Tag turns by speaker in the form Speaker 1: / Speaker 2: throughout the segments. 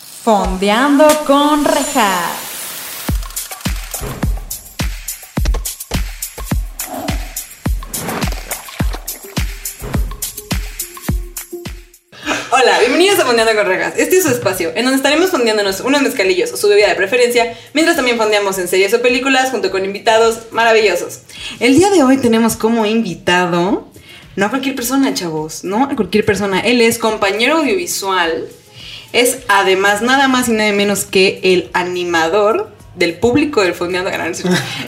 Speaker 1: Fondeando con rejas.
Speaker 2: Hola, bienvenidos a Fondeando con Rejas. Este es su espacio, en donde estaremos fondeándonos unos mezcalillos o su bebida de preferencia, mientras también fondeamos en series o películas junto con invitados maravillosos. El día de hoy tenemos como invitado, no a cualquier persona, chavos, no a cualquier persona. Él es compañero audiovisual, es además nada más y nada menos que el animador del público del Fondeando Ganar.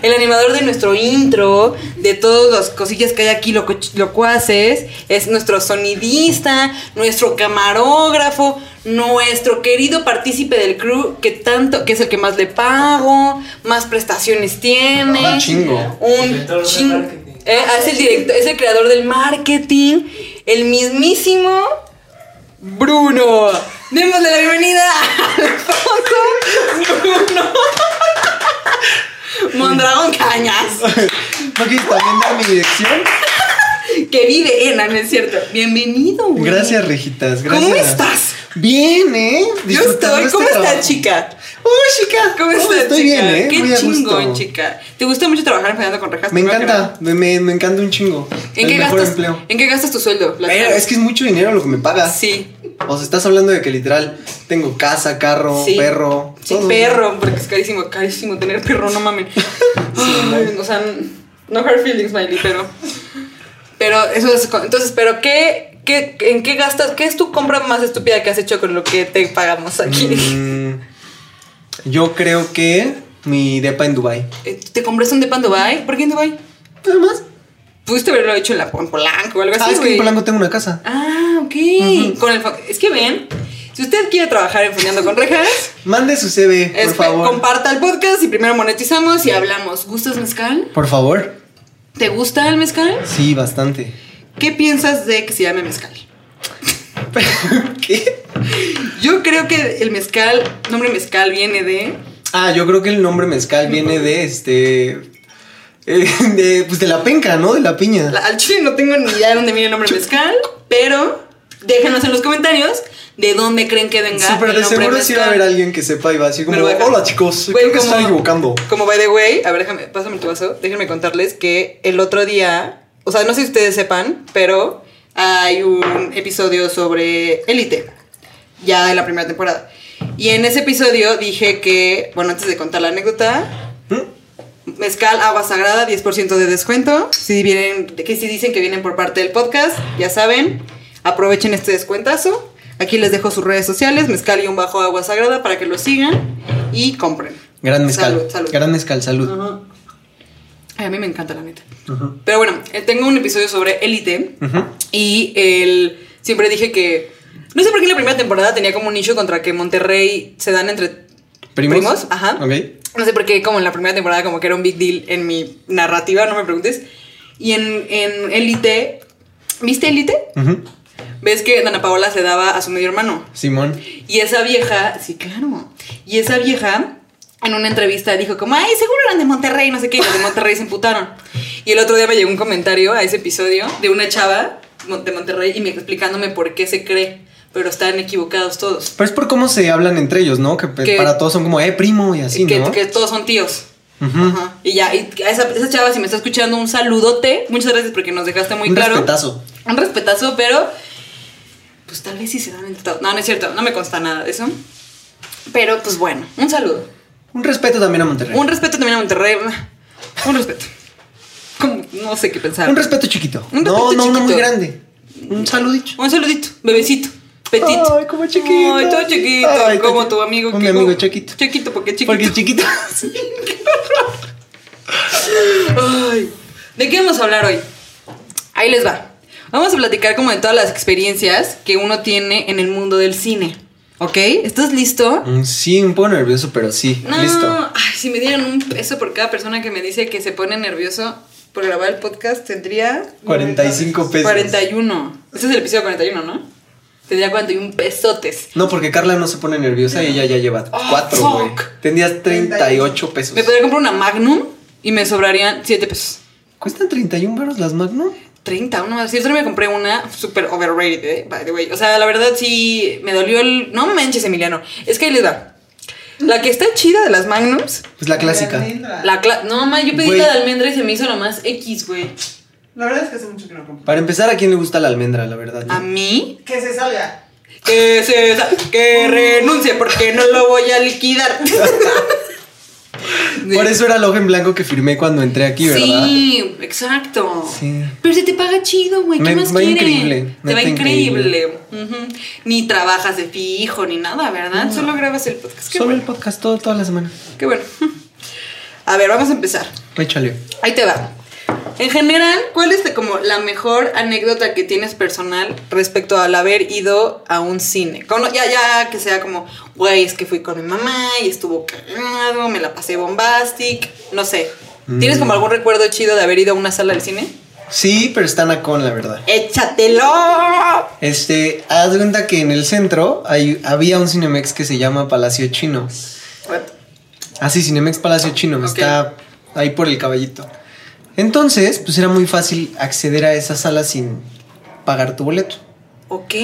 Speaker 2: El animador de nuestro intro, de todas las cosillas que hay aquí, lo, locuaces, es nuestro sonidista, nuestro camarógrafo, nuestro querido partícipe del crew, que tanto, que es el que más le pago, más prestaciones tiene.
Speaker 3: Un chingo.
Speaker 2: Un
Speaker 4: Director de
Speaker 2: chingo.
Speaker 4: marketing.
Speaker 2: es el director, es el creador del marketing, el mismísimo Bruno. Démosle la bienvenida a Alfonso Bruno. Mondragón Cañas,
Speaker 3: ¿No quieres también dar mi dirección?
Speaker 2: que vive en, ah, no es cierto. Bienvenido, güey.
Speaker 3: Gracias, Rejitas. Gracias.
Speaker 2: ¿Cómo estás?
Speaker 3: Bien, ¿eh?
Speaker 2: Yo
Speaker 3: Disfrutando
Speaker 2: estoy.
Speaker 3: este
Speaker 2: ¿Cómo
Speaker 3: trabajo.
Speaker 2: estás, chica?
Speaker 3: Uy, chica.
Speaker 2: ¿Cómo
Speaker 3: No,
Speaker 2: estás,
Speaker 3: Estoy
Speaker 2: chica?
Speaker 3: bien, ¿eh?
Speaker 2: Qué
Speaker 3: Muy a gusto.
Speaker 2: chingón, chica. ¿Te gusta mucho trabajar en Fernando con Rejas?
Speaker 3: Me
Speaker 2: Primero que
Speaker 3: encanta,
Speaker 2: nada.
Speaker 3: me, me- me encanta un chingo.
Speaker 2: ¿En
Speaker 3: El
Speaker 2: qué,
Speaker 3: mejor
Speaker 2: gastas,
Speaker 3: empleo.
Speaker 2: ¿En qué gastas tu sueldo?
Speaker 3: Pero es que es mucho dinero lo que me pagas.
Speaker 2: Sí,
Speaker 3: O sea, estás hablando de que literal tengo casa, carro,
Speaker 2: Sí.
Speaker 3: perro.
Speaker 2: sí,
Speaker 3: todo.
Speaker 2: perro, porque es carísimo, carísimo tener perro, no mames. Ay, o sea, no hard feelings, Miley, pero. Pero eso es. co- Entonces, ¿pero qué, qué, en qué gastas? ¿Qué es tu compra más estúpida que has hecho con lo que te pagamos aquí?
Speaker 3: Mm, yo creo que mi depa en Dubai.
Speaker 2: Eh, ¿Te compraste un depa en Dubai? ¿Por qué en Dubai?
Speaker 3: Nada más.
Speaker 2: ¿Pudiste haberlo hecho en, la, en Polanco o algo
Speaker 3: Ah,
Speaker 2: así?
Speaker 3: es que
Speaker 2: güey?
Speaker 3: en Polanco tengo una casa.
Speaker 2: Ah, ok. Con el, fa- es que ven, si usted quiere trabajar en Fondeando con Rejas,
Speaker 3: Mande su CV, por
Speaker 2: espe-
Speaker 3: favor.
Speaker 2: comparta el podcast y primero monetizamos y hablamos. ¿Gustas mezcal?
Speaker 3: Por favor.
Speaker 2: ¿Te gusta el mezcal?
Speaker 3: Sí, bastante.
Speaker 2: ¿Qué piensas de que se llame mezcal?
Speaker 3: ¿Qué?
Speaker 2: Yo creo que el mezcal, nombre mezcal viene de...
Speaker 3: Ah, yo creo que el nombre mezcal viene de este. eh, de, pues de la penca, ¿no? De la piña.
Speaker 2: la- Al chile no tengo ni idea de dónde viene el nombre mezcal, pero déjenos en los comentarios de dónde creen que venga
Speaker 3: Sí, pero
Speaker 2: el
Speaker 3: de
Speaker 2: nombre
Speaker 3: seguro sí va a haber
Speaker 2: mezcal.
Speaker 3: alguien que sepa y va así
Speaker 2: Me
Speaker 3: como,
Speaker 2: lo voy a dejar.
Speaker 3: hola chicos,
Speaker 2: Güey,
Speaker 3: creo que
Speaker 2: como-
Speaker 3: están equivocando.
Speaker 2: Como by the way, a ver, déjame, pásame tu vaso. Déjenme contarles que el otro día, o sea, no sé si ustedes sepan, pero hay un episodio sobre Elite, ya de la primera temporada. Y en ese episodio dije que, bueno, antes de contar la anécdota, mezcal, agua sagrada, 10% de descuento. Si vienen, que si dicen que vienen por parte del podcast, ya saben, aprovechen este descuentazo. Aquí les dejo sus redes sociales, mezcal y un bajo agua sagrada para que lo sigan y compren.
Speaker 3: Gran mezcal,
Speaker 2: Salud, salud.
Speaker 3: gran mezcal, salud.
Speaker 2: Ay, a mí me encanta la neta.
Speaker 3: Ujú.
Speaker 2: Pero bueno, eh, tengo un episodio sobre Elite
Speaker 3: Ujú.
Speaker 2: y el siempre dije que no sé por qué en la primera temporada tenía como un nicho contra que Monterrey se dan entre
Speaker 3: ¿Primos?
Speaker 2: ajá.
Speaker 3: Ok.
Speaker 2: No sé por qué como en la primera temporada como que era un big deal en mi narrativa, no me preguntes. Y en en Elite, ¿viste Elite?
Speaker 3: Ujú.
Speaker 2: Ves que Dana Paola se daba a su medio hermano.
Speaker 3: Simón.
Speaker 2: Y esa vieja, sí, claro. Y esa vieja en una entrevista dijo como, ay, seguro eran de Monterrey, no sé qué, y los de Monterrey se emputaron. Y el otro día me llegó un comentario a ese episodio de una chava mon- de Monterrey y me explicándome por qué se cree, pero están equivocados todos.
Speaker 3: Pero es por cómo se hablan entre ellos, ¿no? Que, pe-
Speaker 2: Que-
Speaker 3: para todos son como, eh, primo y así,
Speaker 2: que,
Speaker 3: ¿no?
Speaker 2: que todos son tíos.
Speaker 3: Ujú.
Speaker 2: Ajá. Y ya, y a esa, esa chava, si me está escuchando, un saludote. Muchas gracias porque nos dejaste muy
Speaker 3: Un
Speaker 2: claro.
Speaker 3: respetazo.
Speaker 2: Un respetazo, pero. Pues tal vez sí se dan el to- No, no es cierto, no me consta nada de eso. Pero pues bueno, un saludo.
Speaker 3: Un respeto también a Monterrey.
Speaker 2: Un respeto también a Monterrey. Un respeto. Como, no sé qué pensar.
Speaker 3: Un respeto chiquito.
Speaker 2: Un
Speaker 3: no,
Speaker 2: respeto
Speaker 3: no, uno muy
Speaker 2: chiquito.
Speaker 3: grande. Un saludito.
Speaker 2: Un saludito, bebecito. Petito.
Speaker 3: Ay, como chiquito.
Speaker 2: Ay, todo chiquito.
Speaker 3: Ay,
Speaker 2: como
Speaker 3: chiquito.
Speaker 2: tu amigo.
Speaker 3: Un
Speaker 2: que-
Speaker 3: amigo
Speaker 2: como-
Speaker 3: chiquito.
Speaker 2: Chiquito, porque chiquito.
Speaker 3: Porque chiquito.
Speaker 2: Ay. ¿De qué vamos a hablar hoy? Ahí les va. Vamos a platicar como de todas las experiencias que uno tiene en el mundo del cine. ¿Ok? ¿Estás listo?
Speaker 3: Mm, Sí, un poco nervioso, pero sí.
Speaker 2: No,
Speaker 3: Listo.
Speaker 2: ay, si me dieran un peso por cada persona que me dice que se pone nervioso por grabar el podcast, tendría
Speaker 3: 45 pesos.
Speaker 2: 41. Este es el episodio 41, ¿no? Tendría 41 pesotes.
Speaker 3: No, porque Carla no se pone nerviosa y ella ya lleva
Speaker 2: Oh,
Speaker 3: cuatro,
Speaker 2: fuck.
Speaker 3: güey. Tendrías 38 pesos.
Speaker 2: Me podría comprar una Magnum y me sobrarían 7 pesos.
Speaker 3: ¿Cuestan 31 varos las Magnum?
Speaker 2: 30, una más. Yo me compré una super overrated, eh, by the way. O sea, la verdad sí me dolió el. No manches, Emiliano. Es que ahí les va. La que está chida de las Magnums.
Speaker 3: Pues la clásica.
Speaker 4: almendra. La,
Speaker 2: La cla- no, ma, yo pedí
Speaker 3: Güey.
Speaker 2: la de almendra y se me hizo la más X, güey.
Speaker 4: verdad es que hace mucho que no compro.
Speaker 3: Para empezar, ¿a quién le gusta la almendra, la verdad?
Speaker 2: A mí
Speaker 4: Que se salga.
Speaker 2: Que se sa- que renuncie porque no lo voy a liquidar.
Speaker 3: Por eso era el ojo en blanco que firmé cuando entré aquí, ¿verdad?
Speaker 2: Sí, exacto.
Speaker 3: Sí.
Speaker 2: Pero se te paga chido, güey. ¿Qué
Speaker 3: Me-
Speaker 2: más
Speaker 3: va
Speaker 2: quieren?
Speaker 3: increíble,
Speaker 2: Te va
Speaker 3: neta
Speaker 2: increíble. Ujú. Ni trabajas de fijo ni nada, ¿verdad? Solo grabas el podcast. Qué
Speaker 3: Solo
Speaker 2: bueno.
Speaker 3: el podcast todo, toda la semana.
Speaker 2: Qué bueno. A ver, vamos a empezar.
Speaker 3: Échale.
Speaker 2: Ahí te va. En general, ¿cuál es de como la mejor anécdota que tienes personal respecto al haber ido a un cine? Como- ya, ya que sea como, güey, es que fui con mi mamá y estuvo cagado, me la pasé bombastic, no sé. ¿Tienes
Speaker 3: Mm.
Speaker 2: como algún recuerdo chido de haber ido a una sala de cine?
Speaker 3: Sí, pero están a con, la verdad.
Speaker 2: ¡Échatelo!
Speaker 3: Este, haz de cuenta que en el centro hay, había un Cinemex que se llama Palacio Chino. Ah, sí, Cinemex Palacio Chino,
Speaker 2: Ok.
Speaker 3: está ahí por el caballito. Entonces, pues era muy fácil acceder a esa sala sin pagar tu boleto.
Speaker 2: Ok.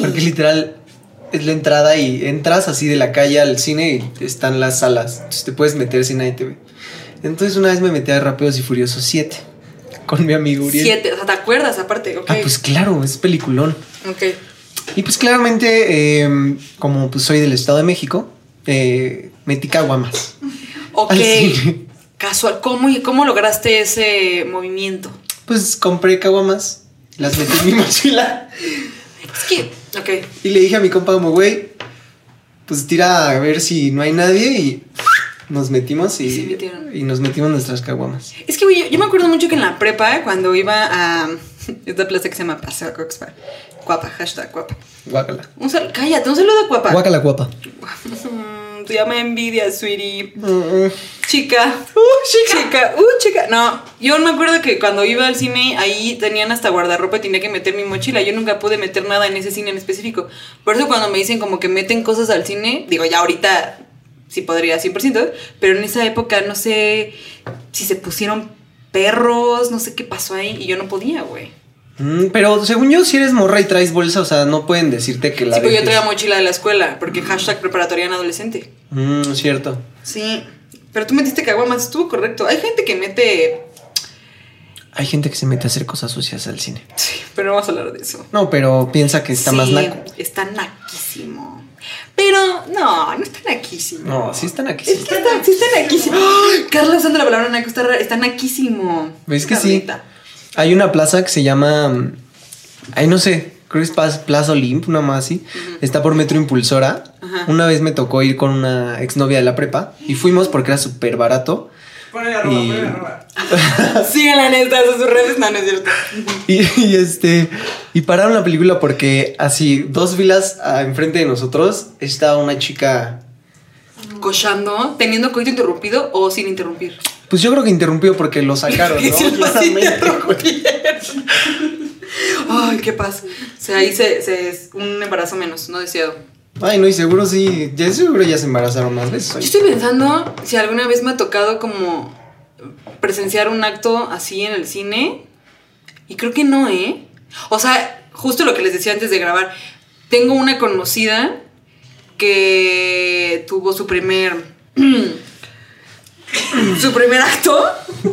Speaker 3: Porque literal es la entrada y entras así de la calle al cine y están las salas. Entonces te puedes meter sin nadie te ve. Entonces una vez me metí a Rápidos y Furiosos 7 con mi amigo Uriel.
Speaker 2: Siete, o sea, ¿te acuerdas aparte? Ok.
Speaker 3: Ah, pues claro, es peliculón.
Speaker 2: Ok.
Speaker 3: Y pues claramente, eh, como pues soy del Estado de México, eh, metí caguamas.
Speaker 2: Ok.
Speaker 3: Al cine.
Speaker 2: Casual. ¿Cómo, ¿Cómo lograste ese movimiento?
Speaker 3: Pues compré caguamas, las metí en mi mochila
Speaker 2: Es que, ok.
Speaker 3: y le dije a mi compa como, güey, pues tira a ver si no hay nadie y nos metimos
Speaker 2: Y se
Speaker 3: y,
Speaker 2: metieron.
Speaker 3: y nos metimos nuestras caguamas.
Speaker 2: Es que, güey, yo, yo me acuerdo mucho que en la prepa, cuando iba a esta plaza que se llama Paseo Coxpa, Cuapa, hashtag Cuapa.
Speaker 3: Guácala.
Speaker 2: Un sal- cállate, un saludo a Cuapa.
Speaker 3: Guácala guapa.
Speaker 2: Mm, Tú ya me envidia, sweetie.
Speaker 3: Mm,
Speaker 2: Chica. Uh, chica. Chica, uh, chica. No, yo me acuerdo que cuando iba al cine, ahí tenían hasta guardarropa y tenía que meter mi mochila. Yo nunca pude meter nada en ese cine en específico. Por eso cuando me dicen como que meten cosas al cine, digo, ya ahorita sí podría 100%, pero en esa época no sé si se pusieron perros, no sé qué pasó ahí y yo no podía, güey.
Speaker 3: Mm, pero según yo, si eres morra y traes bolsa, o sea, no pueden decirte que la
Speaker 2: Sí, pues yo
Speaker 3: dejes.
Speaker 2: traía mochila de la escuela, porque hashtag preparatoria en adolescente.
Speaker 3: Mm, cierto.
Speaker 2: Sí, pero tú metiste caguamas, estuvo correcto. Hay gente que mete...
Speaker 3: Hay gente que se mete a hacer cosas sucias al cine.
Speaker 2: Sí, pero no vamos a hablar de eso.
Speaker 3: No, pero piensa que está
Speaker 2: Sí,
Speaker 3: más naco.
Speaker 2: Está naquísimo. Pero no, no está naquísimo.
Speaker 3: No, sí está naquísimo.
Speaker 2: Es que está, sí está naquísimo. ¡Ay! Carla usando la palabra naco está, rara, está naquísimo.
Speaker 3: ¿Ves que
Speaker 2: Carlita.
Speaker 3: sí? Hay una plaza que se llama. mm, Ay, no sé. Creo que es Paz- Plaza Olimp, una más así. Está por Metro Impulsora.
Speaker 2: Ajá.
Speaker 3: Una vez me tocó ir con una exnovia de la prepa. Y fuimos porque era súper barato.
Speaker 4: Ponle arroba,
Speaker 3: Y-
Speaker 4: ponle arroba.
Speaker 2: Síganla en estas en sus redes. No, no es cierto.
Speaker 3: Y, y, este. Y pararon la película porque así, dos filas ah, enfrente de nosotros estaba una chica.
Speaker 2: Cochando, teniendo coito interrumpido o sin interrumpir.
Speaker 3: Pues yo creo que interrumpió porque lo sacaron,
Speaker 2: Y
Speaker 3: ¿no?
Speaker 2: si lo
Speaker 3: Claramente, güey.
Speaker 2: interrumpieron. Ay, qué paz. O sea, ahí se, se es un embarazo menos, no deseado.
Speaker 3: Ay, no, y seguro sí. Ya, seguro ya se embarazaron más veces.
Speaker 2: Yo
Speaker 3: oye.
Speaker 2: estoy pensando si alguna vez me ha tocado como presenciar un acto así en el cine. Y creo que no, ¿eh? O sea, justo lo que les decía antes de grabar. Tengo una conocida que tuvo su primer. su primer acto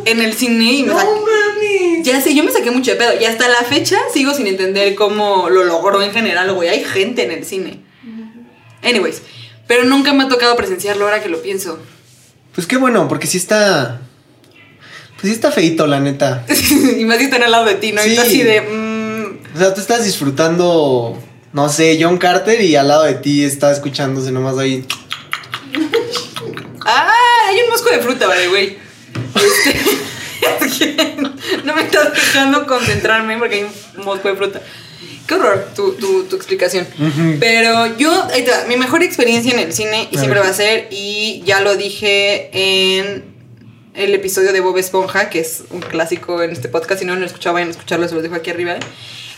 Speaker 2: en el cine y me
Speaker 4: No
Speaker 2: sa-
Speaker 4: mami.
Speaker 2: ya sé, yo me saqué mucho de pedo. Y hasta la fecha sigo sin entender cómo lo logró en general, güey. Hay gente en el cine. Anyways, pero nunca me ha tocado presenciarlo ahora que lo pienso.
Speaker 3: Pues qué bueno, porque sí está. Pues sí está feito, la neta.
Speaker 2: y más si están al lado de ti, ¿no? Y tú
Speaker 3: Sí.
Speaker 2: así de. mm,
Speaker 3: O sea, tú estás disfrutando, no sé, John Carter y al lado de ti está escuchándose nomás ahí.
Speaker 2: ah, hay un mosco de fruta, vale, güey. Este, no me estás dejando concentrarme porque hay un mosco de fruta. Qué horror tu, tu- tu explicación.
Speaker 3: Ujú.
Speaker 2: Pero yo, ahí te va, mi mejor experiencia en el cine y
Speaker 3: A
Speaker 2: siempre
Speaker 3: ver.
Speaker 2: va a ser, y ya lo dije en el episodio de Bob Esponja, que es un clásico en este podcast, si no lo escuchaban, escucharlo, se los dejo aquí arriba,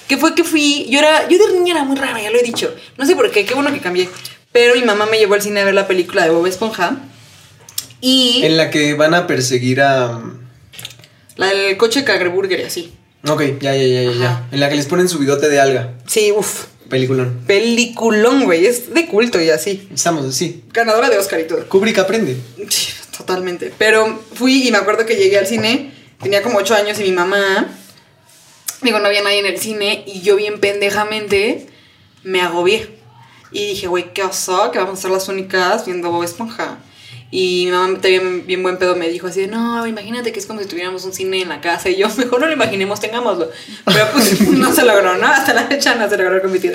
Speaker 2: que fue que fui, yo era, yo de niña era muy rara, ya lo he dicho, no sé por qué, qué bueno que cambié, pero mi mamá me llevó al cine a ver la película de Bob Esponja y
Speaker 3: En la que van a perseguir a.
Speaker 2: la del coche Cagreburger y así.
Speaker 3: Ok, ya, ya, ya, ya,
Speaker 2: Ajá.
Speaker 3: ya. En la que les ponen su bigote de alga.
Speaker 2: Sí, uff.
Speaker 3: Peliculón.
Speaker 2: Peliculón, güey. Es de culto y así.
Speaker 3: Estamos así.
Speaker 2: Ganadora de Oscar y todo.
Speaker 3: Kubrick aprende.
Speaker 2: Sí, Totalmente. Pero fui y me acuerdo que llegué al cine, tenía como ocho años y mi mamá, digo, no había nadie en el cine y yo bien pendejamente me agobié. Y dije, güey, ¿qué oso? Que vamos a ser las únicas viendo Bob Esponja. Y mi mamá también bien buen pedo me dijo así, de, no, imagínate que es como si tuviéramos un cine en la casa y yo, mejor no lo imaginemos, tengámoslo. Pero pues no se logró, ¿no? Hasta la fecha no se logró con mi tío.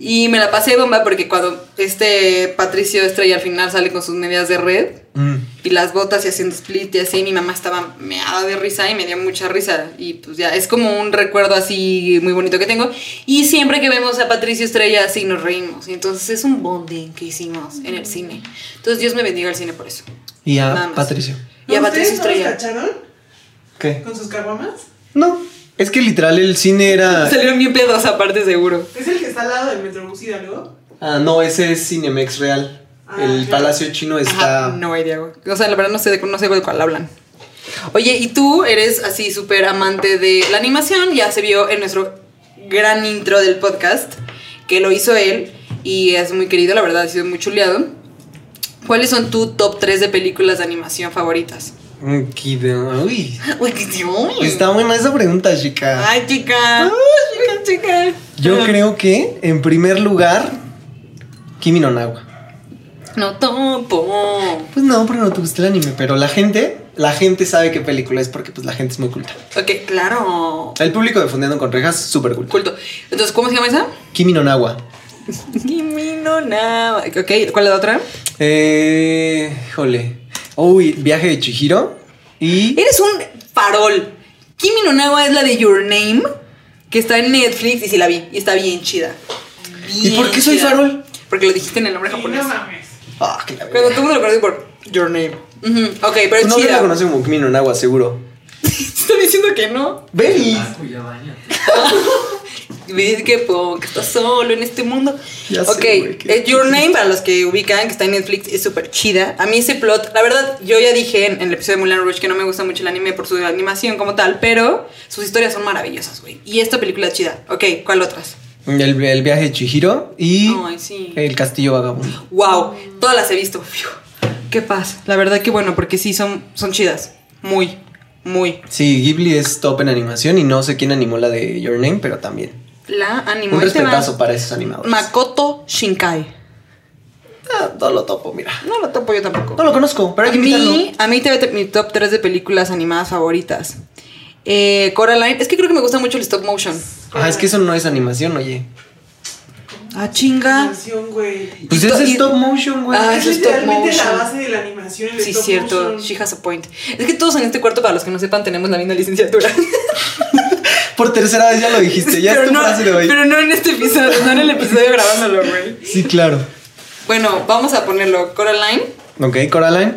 Speaker 2: Y me la pasé bomba porque cuando este Patricio Estrella al final sale con sus medias de red
Speaker 3: Mm.
Speaker 2: y las botas y haciendo split y así, mi mamá estaba meada de risa y me dio mucha risa. Y pues ya, es como un recuerdo así muy bonito que tengo. Y siempre que vemos a Patricio Estrella así nos reímos. Y entonces es un bonding que hicimos en el cine. Entonces Dios me bendiga el cine por eso.
Speaker 3: Y
Speaker 2: Nada
Speaker 3: a
Speaker 2: más.
Speaker 3: Patricio.
Speaker 2: Y a Patricio
Speaker 4: ¿Ustedes no los
Speaker 2: Estrella.
Speaker 4: cacharon
Speaker 3: ¿Qué?
Speaker 4: con sus caguamas?
Speaker 3: No. Es que literal el cine era.
Speaker 2: Salieron bien pedos aparte seguro.
Speaker 4: ¿Es el que está al lado del Metrobús Hidalgo?
Speaker 3: Ah, no, ese es Cinemex Real.
Speaker 4: Ah,
Speaker 3: el
Speaker 4: claro.
Speaker 3: Palacio Chino está.
Speaker 2: Ajá, no idea, güey. O sea, la verdad no sé de, no sé de cuál hablan. Oye, y tú eres así súper amante de la animación. Ya se vio en nuestro gran intro del podcast, que lo hizo él. Y es muy querido, la verdad, ha sido muy chuleado. ¿Cuáles son tu top 3 de películas de animación favoritas?
Speaker 3: Mm, qué de- Uy.
Speaker 2: Uy, qué tío.
Speaker 3: Pues Está buena esa pregunta, chica.
Speaker 2: Ay, chica. Ay, chica.
Speaker 3: Yo creo que, en primer lugar, Kimi no Nawa.
Speaker 2: No topo.
Speaker 3: Pues no, porque no te gusta el anime, pero la gente, la gente sabe qué película es porque pues la gente es muy culta.
Speaker 2: Ok, claro.
Speaker 3: El público de Fundiendo con Rejas, súper culto.
Speaker 2: Culto. Entonces, ¿cómo se llama esa?
Speaker 3: Kimi no Nawa.
Speaker 2: Kimi no na- Ok, ¿cuál es la otra?
Speaker 3: Eh, jole. Uy, Viaje de Chihiro y...
Speaker 2: Eres un farol. Kimi no Nawa es la de Your Name, que está en Netflix y sí la vi. Y está bien chida. Bien
Speaker 3: por qué soy farol?
Speaker 2: Porque lo dijiste en el nombre
Speaker 4: Y
Speaker 2: japonés.
Speaker 4: no mames.
Speaker 3: Ah, que la verga.
Speaker 2: Cuando todo el mundo lo conoce por Your Name. Ujú, Ok, pero
Speaker 3: Tu
Speaker 2: es
Speaker 3: novia
Speaker 2: chida.
Speaker 3: la conoce como Kimi no Nawa, seguro.
Speaker 2: Estoy diciendo que no.
Speaker 3: Baby.
Speaker 2: Ves que, po, que estás solo en este mundo.
Speaker 3: Ya sé,
Speaker 2: ok,
Speaker 3: güey, que-
Speaker 2: eh, Your Name, para los que ubican, que está en Netflix, es súper chida. A mí ese plot, la verdad, yo ya dije en, en el episodio de Moulin Rouge que no me gusta mucho el anime por su animación como tal, pero sus historias son maravillosas, güey. Y esta película es chida. Ok, ¿cuál otras?
Speaker 3: El, el Viaje de Chihiro y...
Speaker 2: Ay, sí.
Speaker 3: El Castillo Vagabundo.
Speaker 2: Wow, todas las he visto. Fiu, Qué paz. La verdad que bueno, porque sí son, son chidas. Muy, muy.
Speaker 3: Sí, Ghibli es top en animación y no sé quién animó la de Your Name, pero también.
Speaker 2: La animó.
Speaker 3: Un
Speaker 2: Ahí te va.
Speaker 3: respetazo para esos animadores.
Speaker 2: Makoto Shinkai.
Speaker 3: Ah, no lo topo, mira.
Speaker 2: No lo topo yo tampoco.
Speaker 3: No lo conozco, pero hay
Speaker 2: a
Speaker 3: que invitarlo.
Speaker 2: mí, a mí te vete mi top 3 de películas animadas favoritas. Eh, Coraline, es que creo que me gusta mucho el stop motion.
Speaker 3: Ah, es que eso no es animación, oye.
Speaker 2: Ah, chinga.
Speaker 4: Animación, güey.
Speaker 3: Pues
Speaker 2: Y
Speaker 3: es
Speaker 2: to- y-
Speaker 3: stop motion, güey.
Speaker 2: Ah,
Speaker 4: Es
Speaker 2: eso es stop
Speaker 4: literalmente la
Speaker 2: motion.
Speaker 4: base de la animación. El
Speaker 2: Sí,
Speaker 4: stop
Speaker 2: cierto.
Speaker 4: motion.
Speaker 2: She has a point. Es que todos en este cuarto, para los que no sepan, tenemos la misma licenciatura.
Speaker 3: Por tercera vez ya lo dijiste, ya es
Speaker 2: pero,
Speaker 3: tu
Speaker 2: no,
Speaker 3: frase de hoy.
Speaker 2: pero no en este episodio, no en el episodio grabándolo, güey.
Speaker 3: Sí, claro.
Speaker 2: Bueno, vamos a ponerlo. Coraline.
Speaker 3: Ok, Coraline.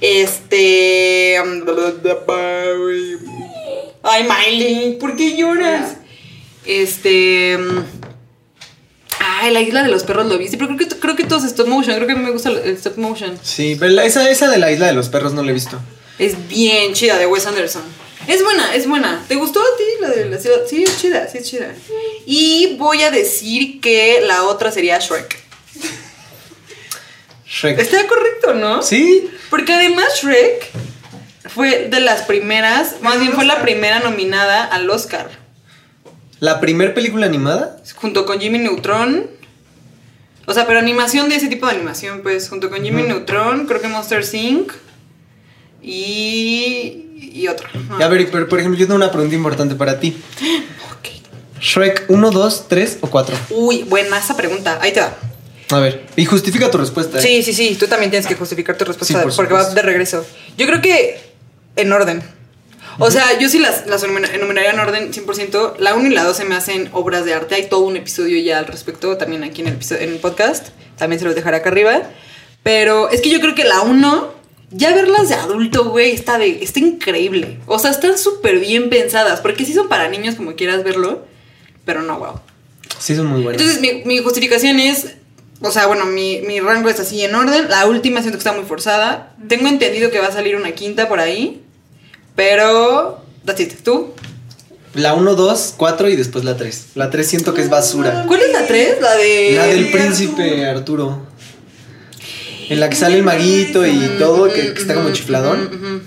Speaker 2: Este. Ay, Miley, ¿por qué lloras? Este. Ay, la isla de los perros lo viste, pero creo que, creo que todo es stop motion. Creo que a mí me gusta el stop motion.
Speaker 3: Sí, pero la- esa, esa de la isla de los perros no la he visto.
Speaker 2: Es bien chida de Wes Anderson. Es buena, es buena. ¿Te gustó a ti la de la ciudad? Sí, es chida, sí, es chida. Y voy a decir que la otra sería Shrek.
Speaker 3: Shrek.
Speaker 2: Está correcto, ¿Este ¿no?
Speaker 3: Sí,
Speaker 2: Porque además Shrek fue de las primeras, más bien fue la primera nominada al Oscar.
Speaker 3: la primer película animada.
Speaker 2: Junto con Jimmy Neutron. O sea, pero animación de ese tipo de animación, pues. Junto con Jimmy Neutron, creo que Monster Inc. Y. y otra.
Speaker 3: A ver, pero por ejemplo, yo tengo una pregunta importante para ti. Shrek 1, 2, 3 o 4.
Speaker 2: Uy, buena esa pregunta. Ahí te va.
Speaker 3: A ver, y justifica tu respuesta. ¿eh?
Speaker 2: Sí, sí, sí. Tú también tienes que justificar tu respuesta
Speaker 3: Sí, por
Speaker 2: porque va
Speaker 3: supuesto.
Speaker 2: de regreso. Yo creo que en orden. O sea, yo sí las, las enumera- enumeraría en orden 100%. La 1 y la 2 se me hacen obras de arte. Hay todo un episodio ya al respecto también aquí en el, episo- en el podcast. También se los dejaré acá arriba. Pero es que yo creo que la 1, ya verlas de adulto, güey, está, de, está increíble. O sea, están súper bien pensadas. Porque sí son para niños como quieras verlo. Pero no, wow.
Speaker 3: Sí, son muy buenas.
Speaker 2: Entonces, mi, mi justificación es. O sea, bueno, mi, mi rango es así en orden. La última siento que está muy forzada. Tengo entendido que va a salir una quinta por ahí. Pero. That's it. ¿Tú?
Speaker 3: La 1, 2, 4 y después la 3. La 3 siento que es basura.
Speaker 2: ¿Cuál es la 3? La de.
Speaker 3: La del
Speaker 4: Arturo.
Speaker 3: príncipe Arturo. En la que sale el maguito y todo, que, que está como chifladón.
Speaker 2: Ujú, ujú.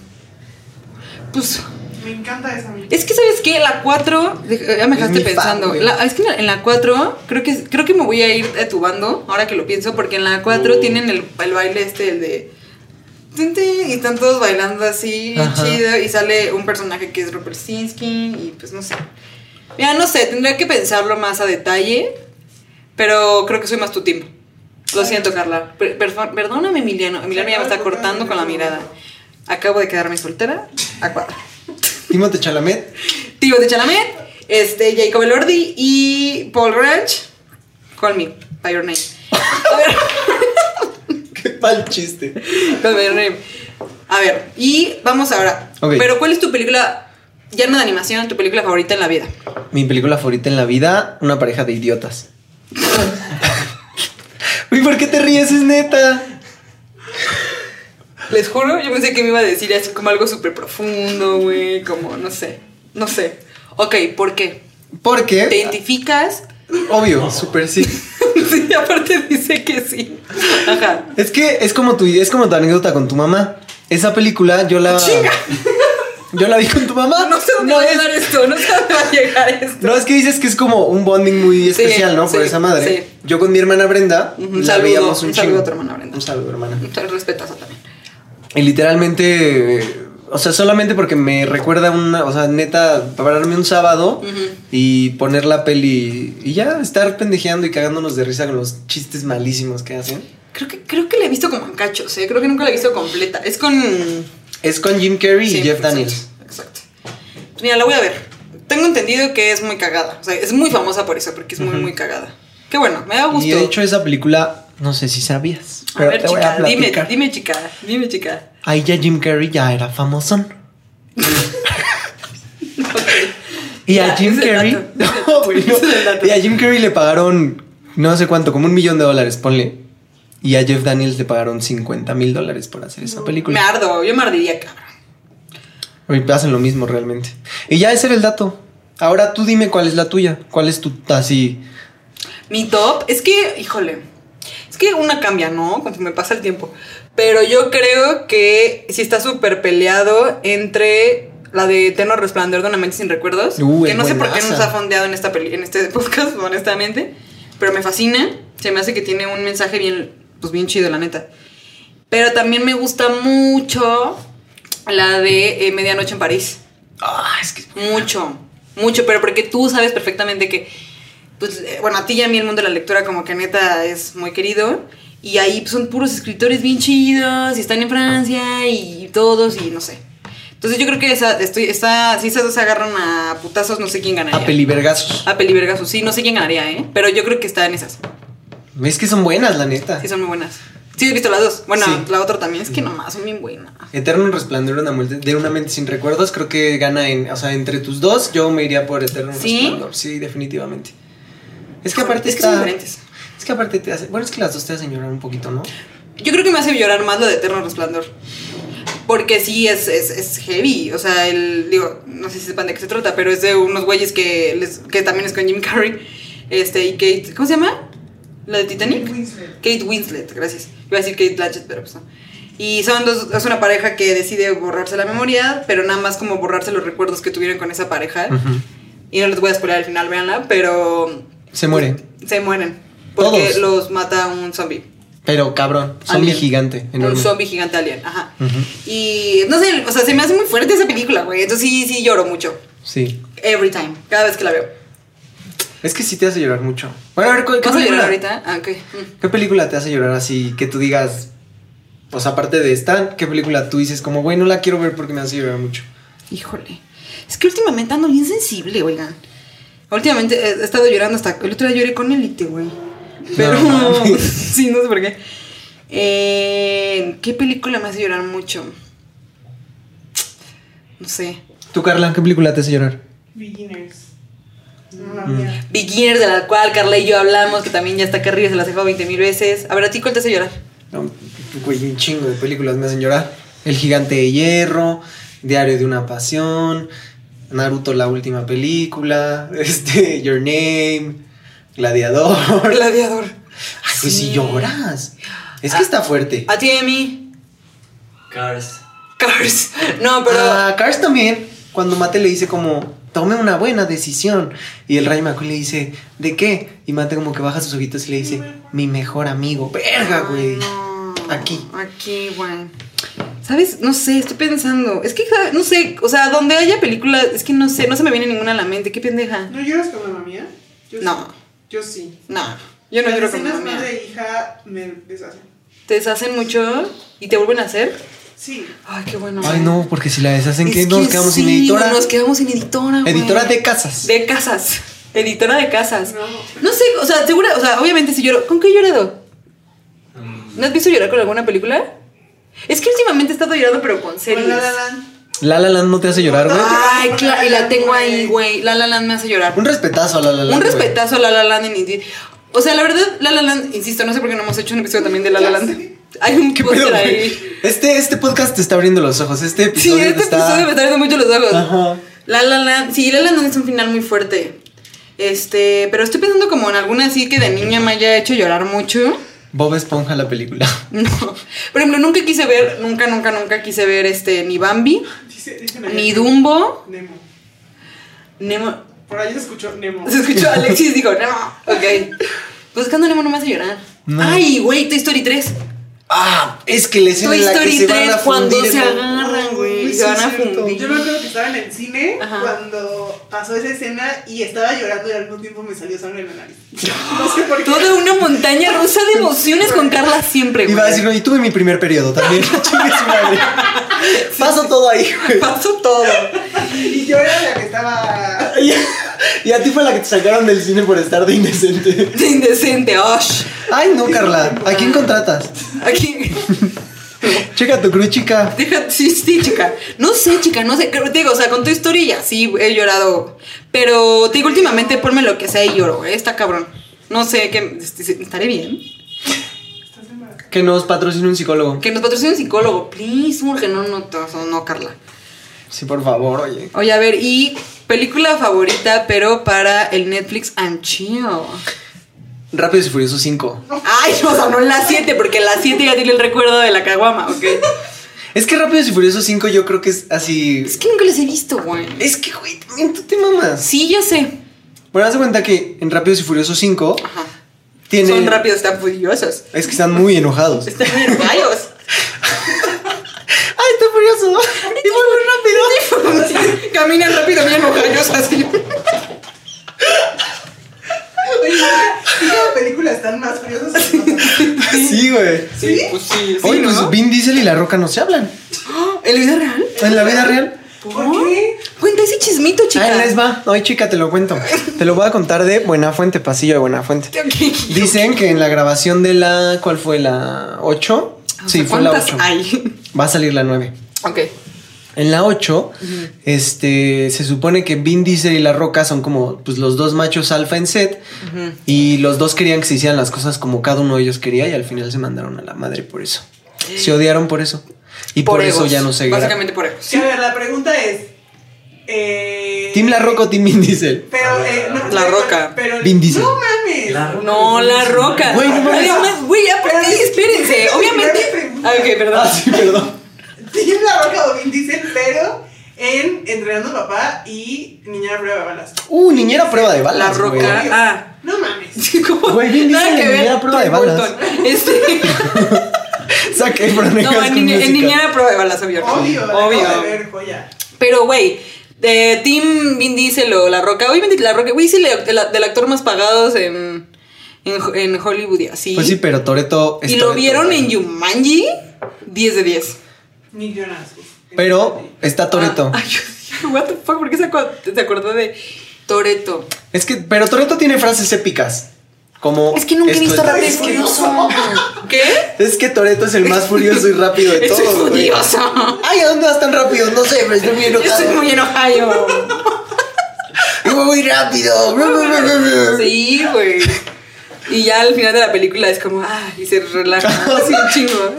Speaker 2: Pues.
Speaker 4: Me encanta esa amiga.
Speaker 2: Es que, ¿sabes qué? La 4, de- eh, ya me
Speaker 3: Es
Speaker 2: dejaste
Speaker 3: mi fan,
Speaker 2: pensando.
Speaker 3: güey.
Speaker 2: La- es que en la- en la 4, creo que, creo que me voy a ir a tu bando, ahora que lo pienso, porque en la
Speaker 3: Uh.
Speaker 2: 4 tienen el, el baile este, el de... tin, tin, Y están todos bailando así, bien
Speaker 3: Ajá.
Speaker 2: chido, y sale un personaje que es Robert Sinskin, y pues no sé. Mira, no sé, tendría que pensarlo más a detalle, pero creo que soy más tu tiempo. Lo siento, Carla. Per- perfo- perdóname, Emiliano. Emiliano ya me está cortando con la mirada. Acabo de quedarme soltera a cuatro.
Speaker 3: Timote Chalamet.
Speaker 2: Tío de Chalamet, este, Jacob Elordi y Paul Ranch. Call me by your name. A ver,
Speaker 3: Qué mal chiste.
Speaker 2: call me by your name. A ver, y vamos ahora.
Speaker 3: Ok.
Speaker 2: Pero, ¿cuál es tu película, ya no de animación, tu película favorita en la vida?
Speaker 3: Mi película favorita en la vida, una pareja de idiotas. Uy, ¿por qué te ríes? Es neta.
Speaker 2: Les juro, yo pensé que me iba a decir así como algo súper profundo, güey, como, no sé, no sé. Ok, ¿por qué?
Speaker 3: Porque,
Speaker 2: ¿Te identificas?
Speaker 3: obvio, súper sí.
Speaker 2: sí, aparte dice que sí. Ajá.
Speaker 3: Es que es como tu es como tu anécdota con tu mamá. Esa película yo la Yo la vi con tu mamá.
Speaker 2: Ah, No sé dónde va a
Speaker 3: es,
Speaker 2: llegar esto, no sé dónde va a llegar esto.
Speaker 3: no, es que dices que es como un bonding muy especial, ¿no? Por
Speaker 2: sí,
Speaker 3: esa madre.
Speaker 2: sí.
Speaker 3: Yo con mi hermana Brenda
Speaker 2: Ujú, un
Speaker 3: la
Speaker 2: saludo,
Speaker 3: veíamos un,
Speaker 2: un saludo
Speaker 3: chingo.
Speaker 2: a tu hermana Brenda.
Speaker 3: Un saludo, hermana.
Speaker 2: Muchas respetazo también.
Speaker 3: Y literalmente, eh, o sea, solamente porque me recuerda una, o sea, neta, pararme un sábado y poner la peli y ya estar pendejeando y cagándonos de risa con los chistes malísimos que hacen.
Speaker 2: Creo que, creo que la he visto como en cachos, ¿eh? Creo que nunca la he visto completa. Es con...
Speaker 3: Es con Jim Carrey
Speaker 2: sí,
Speaker 3: y Jeff
Speaker 2: exacto,
Speaker 3: Daniels.
Speaker 2: Exacto. Pues Mira, la voy a ver. Tengo entendido que es muy cagada. O sea, es muy famosa por eso, porque es muy, muy cagada. Qué bueno, me da gusto.
Speaker 3: Y de hecho esa película, no sé si sabías,
Speaker 2: a
Speaker 3: pero
Speaker 2: ver,
Speaker 3: te voy
Speaker 2: chica,
Speaker 3: a
Speaker 2: dime,
Speaker 3: platicar.
Speaker 2: dime, chica, dime, chica.
Speaker 3: Ahí ya Jim Carrey ya era famosón. Y
Speaker 2: Ya,
Speaker 3: a Jim
Speaker 2: ese
Speaker 3: Carrey.
Speaker 2: dato,
Speaker 3: No, güey, no.
Speaker 2: ese dato.
Speaker 3: Y a Jim Carrey le pagaron no sé cuánto, como un millón de dólares, ponle. Y a Jeff Daniels le pagaron 50 mil dólares por hacer esa
Speaker 2: Me
Speaker 3: película.
Speaker 2: ardo, yo me ardiría, cabrón.
Speaker 3: Y hacen lo mismo realmente. Y ya ese era el dato. Ahora tú dime cuál es la tuya. ¿Cuál es tu así?
Speaker 2: Mi top es que, híjole, es que una cambia, ¿no? Conforme pasa el tiempo. Pero yo creo que sí está súper peleado entre la de Eterno Resplandor de una mente sin recuerdos.
Speaker 3: Uh,
Speaker 2: que
Speaker 3: es
Speaker 2: no sé por qué
Speaker 3: buenaza.
Speaker 2: nos ha fondeado en, esta peli- en este podcast, honestamente. Pero me fascina. Se me hace que tiene un mensaje bien, pues bien chido, la neta. Pero también me gusta mucho la de eh, Medianoche en París.
Speaker 3: Ah, es que.
Speaker 2: Mucho, mucho, pero porque tú sabes perfectamente que, pues, eh, bueno, a ti y a mí el mundo de la lectura como que neta es muy querido. Y ahí pues, son puros escritores bien chidos y están en Francia y todos y no sé. Entonces yo creo que esa, estoy, esa, si esas dos se agarran a putazos, no sé quién ganaría.
Speaker 3: A pelivergazos.
Speaker 2: A pelivergazos, sí, no sé quién ganaría, ¿eh? Pero yo creo que está en esas.
Speaker 3: Es que son buenas, la neta.
Speaker 2: Sí, son muy buenas. Sí, has visto las dos. Bueno,
Speaker 3: Sí.
Speaker 2: la otra también, es que nomás son bien buenas.
Speaker 3: Eterno resplandor de una, muerte- de una mente sin recuerdos, creo que gana en, o sea, entre tus dos, yo me iría por Eterno
Speaker 2: ¿Sí? Ah,
Speaker 3: resplandor. Sí, definitivamente. Es que aparte
Speaker 2: Es que son
Speaker 3: está-
Speaker 2: diferentes.
Speaker 3: Es que aparte te hace, bueno, es que las dos te hacen llorar un poquito, ¿no?
Speaker 2: Yo creo que me hace llorar más lo de Eterno Resplandor. Porque sí es, es, es heavy. O sea, el, digo, no sé si sepan de qué se trata, pero es de unos güeyes que, les- que también es con Jim Carrey. Este, y Kate. ¿Cómo se llama? ¿La de Titanic?
Speaker 4: Kate Winslet.
Speaker 2: Kate Winslet, gracias. Iba a decir Kate Blanchett, pero pues no. Y son dos, es una pareja que decide borrarse la memoria, pero nada más como borrarse los recuerdos que tuvieron con esa pareja. Y no les voy a spoiler al final, véanla, pero
Speaker 3: Se muere,
Speaker 2: se mueren. Porque
Speaker 3: Todos.
Speaker 2: los mata un zombie.
Speaker 3: pero cabrón, zombie
Speaker 2: Alien.
Speaker 3: gigante, enorme.
Speaker 2: Un zombie gigante alien, ajá. Y no sé, o sea, se me hace muy fuerte esa película, güey. Entonces sí, sí lloro mucho.
Speaker 3: Sí.
Speaker 2: Every time, cada vez que la veo.
Speaker 3: Es que sí te hace llorar mucho. Bueno, a ver, ¿cu- ¿qué,
Speaker 2: ¿Vas a llorar
Speaker 3: película,
Speaker 2: ahorita? Ah, ok. Mm.
Speaker 3: ¿qué película te hace llorar así que tú digas, pues aparte de esta, qué película tú dices como, güey, no la quiero ver porque me hace llorar mucho?
Speaker 2: Híjole. Es que últimamente ando bien sensible, oigan. Últimamente eh, he estado llorando hasta. El otro día lloré con Elite, güey. Pero.
Speaker 3: No.
Speaker 2: sí, no sé por qué. Eh, ¿Qué película me hace llorar mucho? No sé.
Speaker 3: Tú, Carla, ¿qué película te hace llorar?
Speaker 4: Beginners.
Speaker 2: Mm.
Speaker 4: No, la mía.
Speaker 2: Beginner, de la cual Carla y yo hablamos, que también ya está acá arriba, se las dejó 20 mil veces. A ver, ¿a ti cuál te hace llorar?
Speaker 3: No, güey, un chingo de películas me hacen llorar. El gigante de hierro, Diario de una pasión, Naruto, la última película, este, Your Name, Gladiador.
Speaker 2: Gladiador.
Speaker 3: Ay, pues si lloras. Es que está fuerte.
Speaker 2: A ti, Emi.
Speaker 5: Cars.
Speaker 2: Cars. No, pero.
Speaker 3: A Cars también, cuando Mate le dice como, tome una buena decisión. Y el Ray McQueen le dice, ¿de qué? Y Mate como que baja sus ojitos y le dice, mi mejor amigo. Verga, Ah, güey.
Speaker 2: No.
Speaker 3: Aquí.
Speaker 2: Aquí, güey. ¿Sabes? No sé, estoy pensando. Es que, ja, no sé, o sea, donde haya películas, es que no sé, no se me viene ninguna a la mente. ¿Qué pendeja?
Speaker 4: ¿No lloras con mamá mía? Yo
Speaker 2: No.
Speaker 4: sí. Yo sí.
Speaker 2: No, yo no
Speaker 4: Las
Speaker 2: lloro con
Speaker 4: escenas
Speaker 2: mamá mía.
Speaker 4: más de hija me deshacen.
Speaker 2: ¿Te deshacen mucho y te vuelven a hacer?
Speaker 4: Sí.
Speaker 2: Ay, qué bueno.
Speaker 3: Ay, no, porque si la deshacen,
Speaker 2: Es
Speaker 3: ¿qué? Nos quedamos sin
Speaker 2: sí,
Speaker 3: editora.
Speaker 2: Nos quedamos sin editora, güey.
Speaker 3: Editora de casas.
Speaker 2: De casas. Editora de casas.
Speaker 4: No.
Speaker 2: No sé, o sea, segura, o sea, obviamente si lloro. ¿Con qué he llorado?
Speaker 5: Mm,
Speaker 2: ¿No has visto llorar con alguna película? Es que últimamente he estado llorando, pero con series.
Speaker 4: Con La La Land.
Speaker 3: La La Land no te hace llorar, güey.
Speaker 2: Ay, claro, y la tengo ahí, güey. La La Land me hace llorar.
Speaker 3: Un respetazo a La La Land.
Speaker 2: Un
Speaker 3: güey.
Speaker 2: respetazo a La La Land en Indeed. O sea, la verdad, La La Land, insisto, no sé por qué no hemos hecho un episodio también de La La Land. Hay un
Speaker 3: ¿Qué pedo,
Speaker 2: póster
Speaker 3: güey?
Speaker 2: ahí.
Speaker 3: Este, este podcast te está abriendo los ojos. Este
Speaker 2: Sí,
Speaker 3: episodio
Speaker 2: este
Speaker 3: te está...
Speaker 2: episodio me está abriendo mucho los ojos.
Speaker 3: Ajá.
Speaker 2: La La Land, sí, La La Land es un final muy fuerte. Este, pero estoy pensando como en alguna así que de niña me haya hecho llorar mucho.
Speaker 3: Bob Esponja la película.
Speaker 2: No. Por ejemplo, nunca quise ver, nunca, nunca, nunca quise ver este ni Bambi,
Speaker 4: Dice, dicen ahí.
Speaker 2: ni
Speaker 3: Eh,
Speaker 2: Dumbo,
Speaker 4: Nemo.
Speaker 2: Nemo.
Speaker 4: Por ahí se escuchó Nemo.
Speaker 2: Se escuchó Alexis dijo, "Nemo". Ok. Buscando Nemo no me hace llorar.
Speaker 3: No.
Speaker 2: Ay, güey, Toy Story 3.
Speaker 3: Ah, es que la escena
Speaker 2: Toy
Speaker 3: en la
Speaker 2: Story
Speaker 3: que se
Speaker 2: 3
Speaker 3: van a
Speaker 2: cuando
Speaker 3: fundir
Speaker 2: se
Speaker 3: en-
Speaker 2: agarran, güey,
Speaker 3: Uy,
Speaker 2: se
Speaker 3: sí,
Speaker 2: van a
Speaker 3: es cierto.
Speaker 2: fundir.
Speaker 4: Yo me acuerdo que estaba en el cine
Speaker 2: Ajá.
Speaker 4: cuando pasó esa escena y estaba llorando y al mismo tiempo me salió sangre en la nariz. No sé por qué.
Speaker 2: Toda una montaña rusa de emociones con Carla siempre,
Speaker 3: Iba a
Speaker 2: güey.
Speaker 3: decir, y tuve mi primer periodo también. Chingue su madre. Paso todo ahí, güey.
Speaker 2: Pasó todo.
Speaker 4: Y yo era la que estaba.
Speaker 3: Y, y a ti fue la que te sacaron del cine por estar de indecente.
Speaker 2: De indecente, osh.
Speaker 3: Ay, no, Carla. ¿A quién contratas?
Speaker 2: Aquí.
Speaker 3: Checa tu cruz, chica.
Speaker 2: Deja, sí, sí, chica. No sé, chica, no sé. Creo- Te digo, o sea, con tu historia sí he llorado. Pero te digo, últimamente ponme lo que sea y lloro, ¿eh? Está cabrón. No sé, que este, estaré bien.
Speaker 4: ¿Estás embarazada?
Speaker 3: Que nos patrocine un psicólogo.
Speaker 2: Que nos patrocine un psicólogo, please. Urge, no, no, no, no, Carla.
Speaker 3: Sí, por favor, oye.
Speaker 2: Oye, a ver, y película favorita, pero para el Netflix and chill.
Speaker 3: Rápidos y Furiosos 5.
Speaker 2: Ay, o sea, no en la 7, porque en la 7 ya tiene el recuerdo de la caguama, ¿ok?
Speaker 3: Es que Rápidos y Furiosos 5 yo creo que es así...
Speaker 2: Es que nunca les he visto, güey.
Speaker 3: Es que, güey, también tú te mamas.
Speaker 2: Sí, ya sé.
Speaker 3: Bueno, haz de cuenta que en Rápidos y Furiosos 5
Speaker 2: Ajá.
Speaker 3: tiene...
Speaker 2: Son rápidos, están furiosos.
Speaker 3: Es que están muy enojados.
Speaker 2: Están bien gallos.
Speaker 3: ¡Ay, está furioso! ¡Y voy muy rápido!
Speaker 2: Caminan rápido, bien enojaditos así.
Speaker 4: Oye, ¿y qué películas están más furiosas? que nosotros?
Speaker 3: Sí, güey.
Speaker 4: ¿Sí?
Speaker 2: sí,
Speaker 3: Oye, pues Vin Diesel y La Roca no se hablan.
Speaker 2: ¿En la vida real?
Speaker 3: En la vida real.
Speaker 4: ¿Por qué?
Speaker 2: Cuenta ese chismito, chica.
Speaker 3: Ahí les va. Oye, chica, te lo cuento. Te lo voy a contar de Buena Fuente, pasillo de Buena Fuente.
Speaker 2: Este Ok.
Speaker 3: Dicen que en la grabación de la. ¿Cuál fue? ¿La 8?
Speaker 2: O
Speaker 3: Sí,
Speaker 2: sea,
Speaker 3: fue la
Speaker 2: ¿cuántas
Speaker 3: 8.
Speaker 2: hay?
Speaker 3: Va a salir la 9.
Speaker 2: Ok.
Speaker 3: En la 8, este, se supone que Vin Diesel y La Roca son como pues, los dos machos alfa en set. Y los dos querían que se hicieran las cosas como cada uno de ellos quería. Y al final se mandaron a la madre por eso. Se odiaron por eso. Y por, eso
Speaker 2: egos.
Speaker 3: ya no se gra-
Speaker 2: Básicamente por egos.
Speaker 4: Sí, a ver, la pregunta es. Eh,
Speaker 3: ¿Team La Roca o Team Vin Diesel?
Speaker 4: Pero, eh, no,
Speaker 2: La
Speaker 4: pero-
Speaker 2: Roca.
Speaker 4: Pero,
Speaker 3: Vin Diesel.
Speaker 4: No mames.
Speaker 5: La Roca.
Speaker 2: No, la roca.
Speaker 3: Güey, no mames.
Speaker 2: Además, güey, aprendí, espérense. Obviamente.
Speaker 4: Pero-
Speaker 2: Ah, ok,
Speaker 3: Ah,
Speaker 2: perdón.
Speaker 3: sí, perdón.
Speaker 4: Team La Roca o Vin Diesel, pero en Entrenando a Papá y Niña Prueba de Balas.
Speaker 3: Uh, niñera a prueba de
Speaker 2: La
Speaker 3: balas. güey.
Speaker 2: roca. Ah.
Speaker 4: No mames.
Speaker 2: ¿Cómo?
Speaker 3: Güey, Vin
Speaker 2: Nada
Speaker 3: Diesel
Speaker 2: que
Speaker 3: en
Speaker 2: ver,
Speaker 3: Niñera Prueba de
Speaker 2: Tim Burton.
Speaker 3: Balas.
Speaker 2: Este.
Speaker 3: Zac Efron,
Speaker 2: No,
Speaker 3: negas
Speaker 2: en,
Speaker 3: con
Speaker 2: niña- en
Speaker 3: música.
Speaker 2: niñera prueba de balas, obvio.
Speaker 4: Obvio,
Speaker 2: obvio.
Speaker 4: obvio. De ver, joya.
Speaker 2: Pero, güey, de Tim Vin Diesel o La Roca, obviamente La Roca, güey, es el, el- del actor más pagados en, en, en Hollywood y así.
Speaker 3: Pues sí, pero Toreto.
Speaker 2: y lo vieron en Yumanji, 10 de 10.
Speaker 4: Nick Jonas. uf.
Speaker 3: Pero está Toreto.
Speaker 2: Ah, ay, yo dije, what the fuck, ¿por qué se, acu- se acordó de Toreto?
Speaker 3: Es que, pero Toreto tiene frases épicas. Como.
Speaker 2: Es que nunca he
Speaker 3: esto
Speaker 2: visto
Speaker 3: está-
Speaker 2: Rápido y Furioso. ¿Qué?
Speaker 3: Es que Toreto es el más furioso y rápido de
Speaker 2: Eso es
Speaker 3: todos. güey.
Speaker 2: odioso.
Speaker 3: Ay, ¿a dónde vas tan rápido? No sé, pero estoy muy
Speaker 2: Yo
Speaker 3: enojado.
Speaker 2: soy muy enojado.
Speaker 3: Y voy muy rápido.
Speaker 2: Sí, güey. ah, Y ya al final de la película es como, ay, y se relaja. Así un chingo.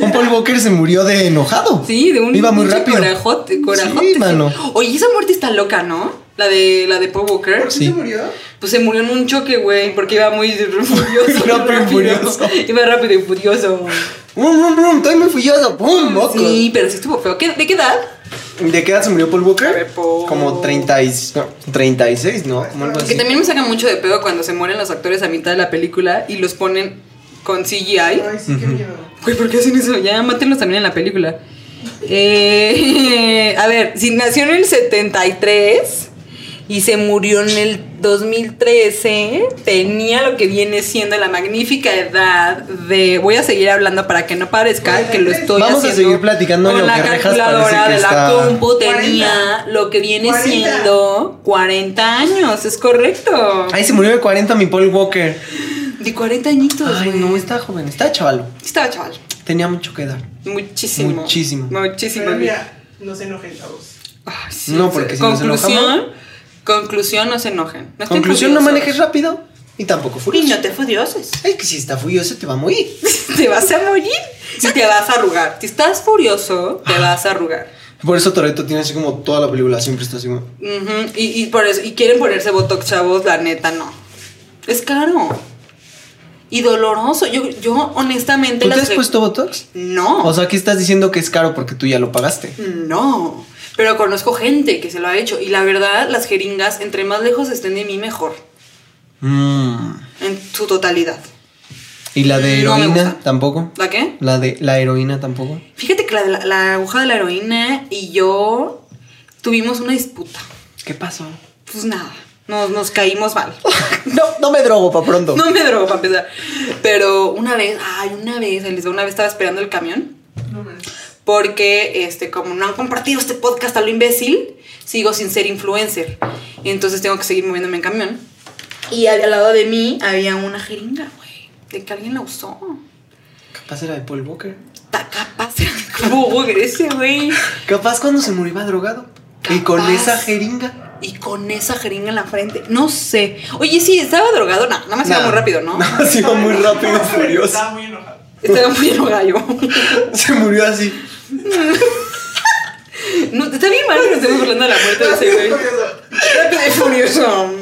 Speaker 3: Con Paul Walker se murió de enojado.
Speaker 2: Sí, de un
Speaker 3: Iba muy
Speaker 2: pinche
Speaker 3: rápido.
Speaker 2: corajote, corajote,
Speaker 3: Sí,
Speaker 2: sí.
Speaker 3: mano.
Speaker 2: Oye, esa muerte está loca, ¿no? La de la de Paul Walker.
Speaker 4: ¿Por qué
Speaker 3: Sí.
Speaker 4: se murió?
Speaker 2: Pues se murió en un choque, güey, porque iba muy furioso.
Speaker 3: Rápido y
Speaker 2: rápido.
Speaker 3: furioso.
Speaker 2: Iba rápido y furioso.
Speaker 3: Brum, brum, brum, estoy muy furioso. Brum, moco.
Speaker 2: Sí, pero sí estuvo feo. ¿Qué- ¿De qué edad?
Speaker 3: Pues ¿De qué edad se murió Paul Walker?
Speaker 2: Repo.
Speaker 3: Como 30 y, no, 36, ¿no? Como algo
Speaker 2: Que
Speaker 3: así.
Speaker 2: también me saca mucho de pedo cuando se mueren los actores a mitad de la película y los ponen con CGI.
Speaker 4: Ay, sí, qué miedo.
Speaker 2: Güey, ¿por qué hacen eso? Ya mátenlos también en la película. Eh, a ver, si nació en el 73 y se murió en el 2013, tenía lo que viene siendo la magnífica edad de. Voy a seguir hablando para que no parezca que lo estoy
Speaker 3: Vamos a
Speaker 2: haciendo.
Speaker 3: seguir platicando en
Speaker 2: Con
Speaker 3: lo
Speaker 2: la
Speaker 3: que Rejas
Speaker 2: calculadora
Speaker 3: parece que
Speaker 2: de la
Speaker 3: está-
Speaker 2: compu tenía
Speaker 4: 40.
Speaker 2: lo que viene
Speaker 4: 40.
Speaker 2: siendo 40 años, es correcto.
Speaker 3: Ay, se murió de 40 mi Paul Walker.
Speaker 2: De 40 añitos, Pues,
Speaker 3: Ay,
Speaker 2: güey.
Speaker 3: no, está joven, está chavalo.
Speaker 2: Estaba chaval.
Speaker 3: Tenía mucho que dar.
Speaker 2: Muchísimo.
Speaker 3: Muchísimo.
Speaker 2: Muchísimo.
Speaker 4: Pero mira, no se enojen, chavos.
Speaker 2: Ay, sí,
Speaker 3: No,
Speaker 2: sí.
Speaker 3: porque si nos
Speaker 2: conclusión,
Speaker 3: enojamos-
Speaker 2: conclusión, no se enojen. No estén
Speaker 3: Conclusión, no
Speaker 2: furiosos.
Speaker 3: manejes rápido y tampoco
Speaker 2: Y
Speaker 3: furioso.
Speaker 2: no te furioses.
Speaker 3: Ay, que si está furioso te va a morir.
Speaker 2: te vas a morir. Si te vas a arrugar. Si estás furioso,
Speaker 3: Ah.
Speaker 2: te vas a arrugar.
Speaker 3: Por eso Toreto tiene así como toda la película, siempre está así como.
Speaker 2: Ujú, y, y por eso, y quieren ponerse botox, chavos, la neta, no. Es caro. Y doloroso. Yo, yo honestamente
Speaker 3: ¿Tú te
Speaker 2: las
Speaker 3: has
Speaker 2: re-
Speaker 3: puesto Botox?
Speaker 2: No.
Speaker 3: O sea, aquí estás diciendo que es caro porque tú ya lo pagaste.
Speaker 2: No, pero conozco gente que se lo ha hecho y la verdad las jeringas entre más lejos estén de mí mejor,
Speaker 3: Mm.
Speaker 2: en su totalidad.
Speaker 3: ¿Y la de
Speaker 2: No me
Speaker 3: heroína
Speaker 2: gusta.
Speaker 3: tampoco?
Speaker 2: ¿La qué?
Speaker 3: ¿La de la heroína tampoco?
Speaker 2: Fíjate que la, la- la aguja de la heroína y yo tuvimos una disputa.
Speaker 3: ¿Qué pasó?
Speaker 2: Pues nada, nos, nos caímos mal.
Speaker 3: No, no me drogo para pronto.
Speaker 2: No me drogo para empezar. Pero una vez, ay, una vez, ahí les digo, una vez estaba esperando el camión.
Speaker 4: No manches.
Speaker 2: Porque, este, como no han compartido este podcast a lo imbécil, sigo sin ser influencer. Entonces tengo que seguir moviéndome en camión. Y al, al lado de mí había una jeringa, güey, de que alguien la usó.
Speaker 3: Capaz era de Paul Walker.
Speaker 2: Está capaz. ¿Cómo Walker ese, güey?
Speaker 3: Capaz cuando se murió iba drogado. Y
Speaker 2: Capaz.
Speaker 3: con esa jeringa.
Speaker 2: Y con esa jeringa en la frente. No sé. Oye, sí, estaba drogado. No, nada más iba
Speaker 3: Nah.
Speaker 2: muy rápido, ¿no?
Speaker 3: No, se iba muy rápido y furioso.
Speaker 4: Estaba muy enojado.
Speaker 2: Estaba muy enojado.
Speaker 3: Se murió así.
Speaker 2: No, está bien mal que nos estemos burlando de la muerte de ese, güey.
Speaker 4: Curioso.
Speaker 2: Rápido y furioso.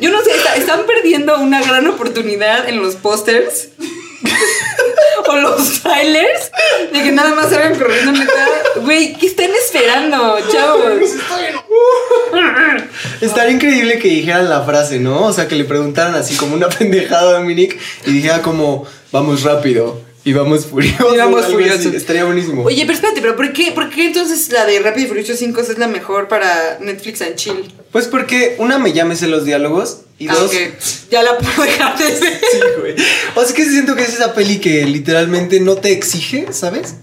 Speaker 2: Yo no sé, está- están perdiendo una gran oportunidad en los pósters o los trailers de que nada más salgan corriendo en mitad. Güey, ¿qué están esperando, chavos?
Speaker 4: Estoy enojado.
Speaker 3: Estaría increíble que dijeran la frase, ¿no? O sea, que le preguntaran así como una pendejada a Dominic y dijera como, vamos rápido y vamos furioso.
Speaker 2: Y vamos
Speaker 3: o algo así.
Speaker 2: furioso.
Speaker 3: Estaría buenísimo.
Speaker 2: Oye, pero espérate, ¿pero por qué, por qué entonces la de Rápido y Furioso 5 es la mejor para Netflix and Chill?
Speaker 3: Pues porque una me llámese los diálogos y dos...
Speaker 2: Aunque ya la puedo dejar de ver.
Speaker 3: Sí, güey. O sea, es que siento que es esa peli que literalmente no te exige, ¿sabes?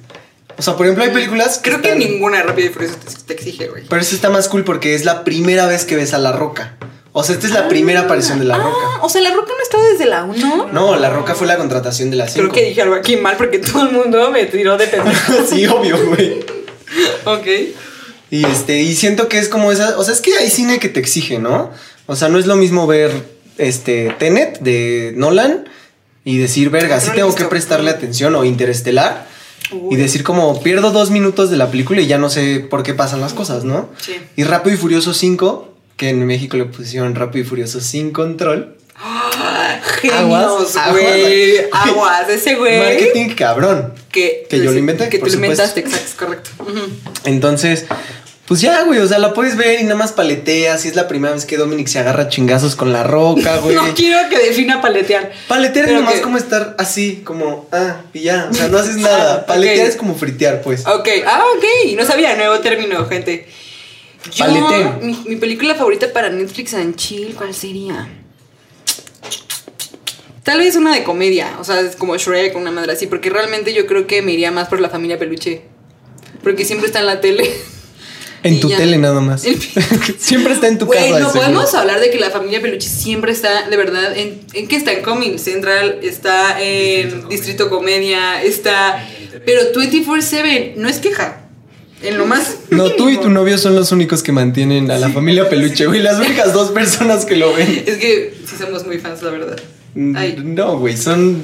Speaker 3: O sea, por ejemplo, hay películas
Speaker 2: Creo que
Speaker 3: están-
Speaker 2: ninguna de Rápido y Furioso te, te exige, güey.
Speaker 3: Pero esta está más cool porque es la primera vez que ves a La Roca. O sea, esta es la primera aparición de La
Speaker 2: Ah,
Speaker 3: Roca.
Speaker 2: o sea, la roca no está desde la 1.
Speaker 3: No, La Roca fue la contratación de la
Speaker 2: Creo
Speaker 3: 5.
Speaker 2: que dije algo aquí mal porque todo el mundo me tiró de pendejo.
Speaker 3: sí, obvio, güey.
Speaker 2: ok.
Speaker 3: Y este, y siento que es como esa, o sea, es que hay cine que te exige, ¿no? O sea, no es lo mismo ver este Tenet de Nolan y decir, verga, sí
Speaker 2: No lo he
Speaker 3: tengo
Speaker 2: visto.
Speaker 3: que prestarle atención o Interestelar
Speaker 2: Uy.
Speaker 3: y decir como pierdo dos minutos de la película y ya no sé por qué pasan las cosas, ¿no?
Speaker 2: Sí.
Speaker 3: Y Rápido y Furioso 5, que en México le pusieron Rápido y Furioso sin control.
Speaker 2: Genios,
Speaker 3: Aguas,
Speaker 2: güey.
Speaker 3: aguas,
Speaker 2: Aguas,
Speaker 3: güey.
Speaker 2: ese güey.
Speaker 3: Marketing cabrón.
Speaker 2: Que,
Speaker 3: que yo lo inventé,
Speaker 2: Que
Speaker 3: por
Speaker 2: tú lo
Speaker 3: supuesto.
Speaker 2: inventaste, exacto, es correcto. Ujú.
Speaker 3: Entonces, pues ya, güey, o sea, la puedes ver y nada más paleteas. Y es la primera vez que Dominic se agarra chingazos con la roca, Ah, güey.
Speaker 2: No quiero que defina paletear.
Speaker 3: Paletear es
Speaker 2: Pero
Speaker 3: nomás
Speaker 2: que-
Speaker 3: como estar así, como, ah, y ya, o sea, no haces nada. Paletear
Speaker 2: Ok.
Speaker 3: es como fritear, pues.
Speaker 2: Ok, ah, ok. No sabía, nuevo término, gente. Yo,
Speaker 3: Paleteo.
Speaker 2: mi, mi película favorita para Netflix and Chill, ¿cuál sería? Tal vez una de comedia, o sea, es como Shrek, una madre así, porque realmente yo creo que me iría más por la familia peluche. Porque siempre está en la tele.
Speaker 3: En
Speaker 2: y
Speaker 3: tu
Speaker 2: ya.
Speaker 3: tele nada más.
Speaker 2: El-
Speaker 3: Siempre está en tu
Speaker 2: Güey,
Speaker 3: casa.
Speaker 2: no
Speaker 3: de seguro.
Speaker 2: podemos hablar de que la familia Peluche siempre está, de verdad, en, en que está en Comedy Central, está en
Speaker 5: Distrito
Speaker 2: Distrito Comedia, está... Pero 24/7 no es queja. En lo más...
Speaker 3: No, tú y
Speaker 2: mínimo.
Speaker 3: tu novio son los únicos que mantienen a la familia peluche, güey. Las únicas dos personas que lo ven.
Speaker 2: Es que sí somos muy fans, la verdad.
Speaker 3: Mm,
Speaker 2: Ay.
Speaker 3: No, güey, son,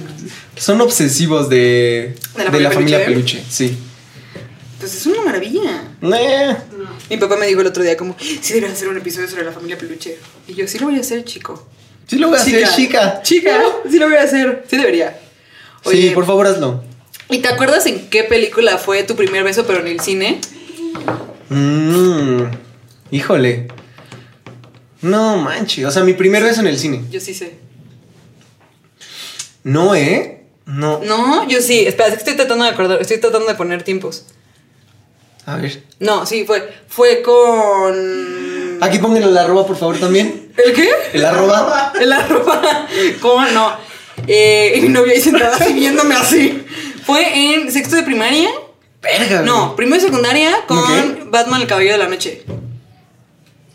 Speaker 3: son obsesivos de,
Speaker 2: ¿De la
Speaker 3: de
Speaker 2: familia
Speaker 3: la
Speaker 2: ¿eh?
Speaker 3: familia peluche, sí.
Speaker 2: Pues es una maravilla.
Speaker 3: Eh,
Speaker 2: Mi papá me dijo el otro día como, sí deberías hacer un episodio sobre la familia peluche. Y yo, sí lo voy a hacer, chico.
Speaker 3: Sí lo voy a hacer, chica.
Speaker 2: Chica, sí lo voy a hacer. Sí debería. Oye,
Speaker 3: sí, por favor hazlo.
Speaker 2: ¿y te acuerdas en qué película fue tu primer beso pero en el cine?
Speaker 3: Mm, híjole. No manches, o sea, mi primer beso en el cine.
Speaker 2: Yo sí sé.
Speaker 3: No, ¿eh? No.
Speaker 2: No, yo sí. Espera, es que estoy tratando de acordar, estoy tratando de poner tiempos.
Speaker 3: A ver.
Speaker 2: No, sí, fue, fue con...
Speaker 3: Aquí pongan el arroba, por favor, también.
Speaker 2: ¿El qué?
Speaker 3: El arroba.
Speaker 2: El arroba. ¿Cómo no? Eh, y mi novia ahí sentada así viéndome así. Fue en sexto de primaria.
Speaker 3: Verga,
Speaker 2: No,
Speaker 3: güey.
Speaker 2: primero de secundaria con
Speaker 3: Ok.
Speaker 2: Batman el Caballero de la Noche.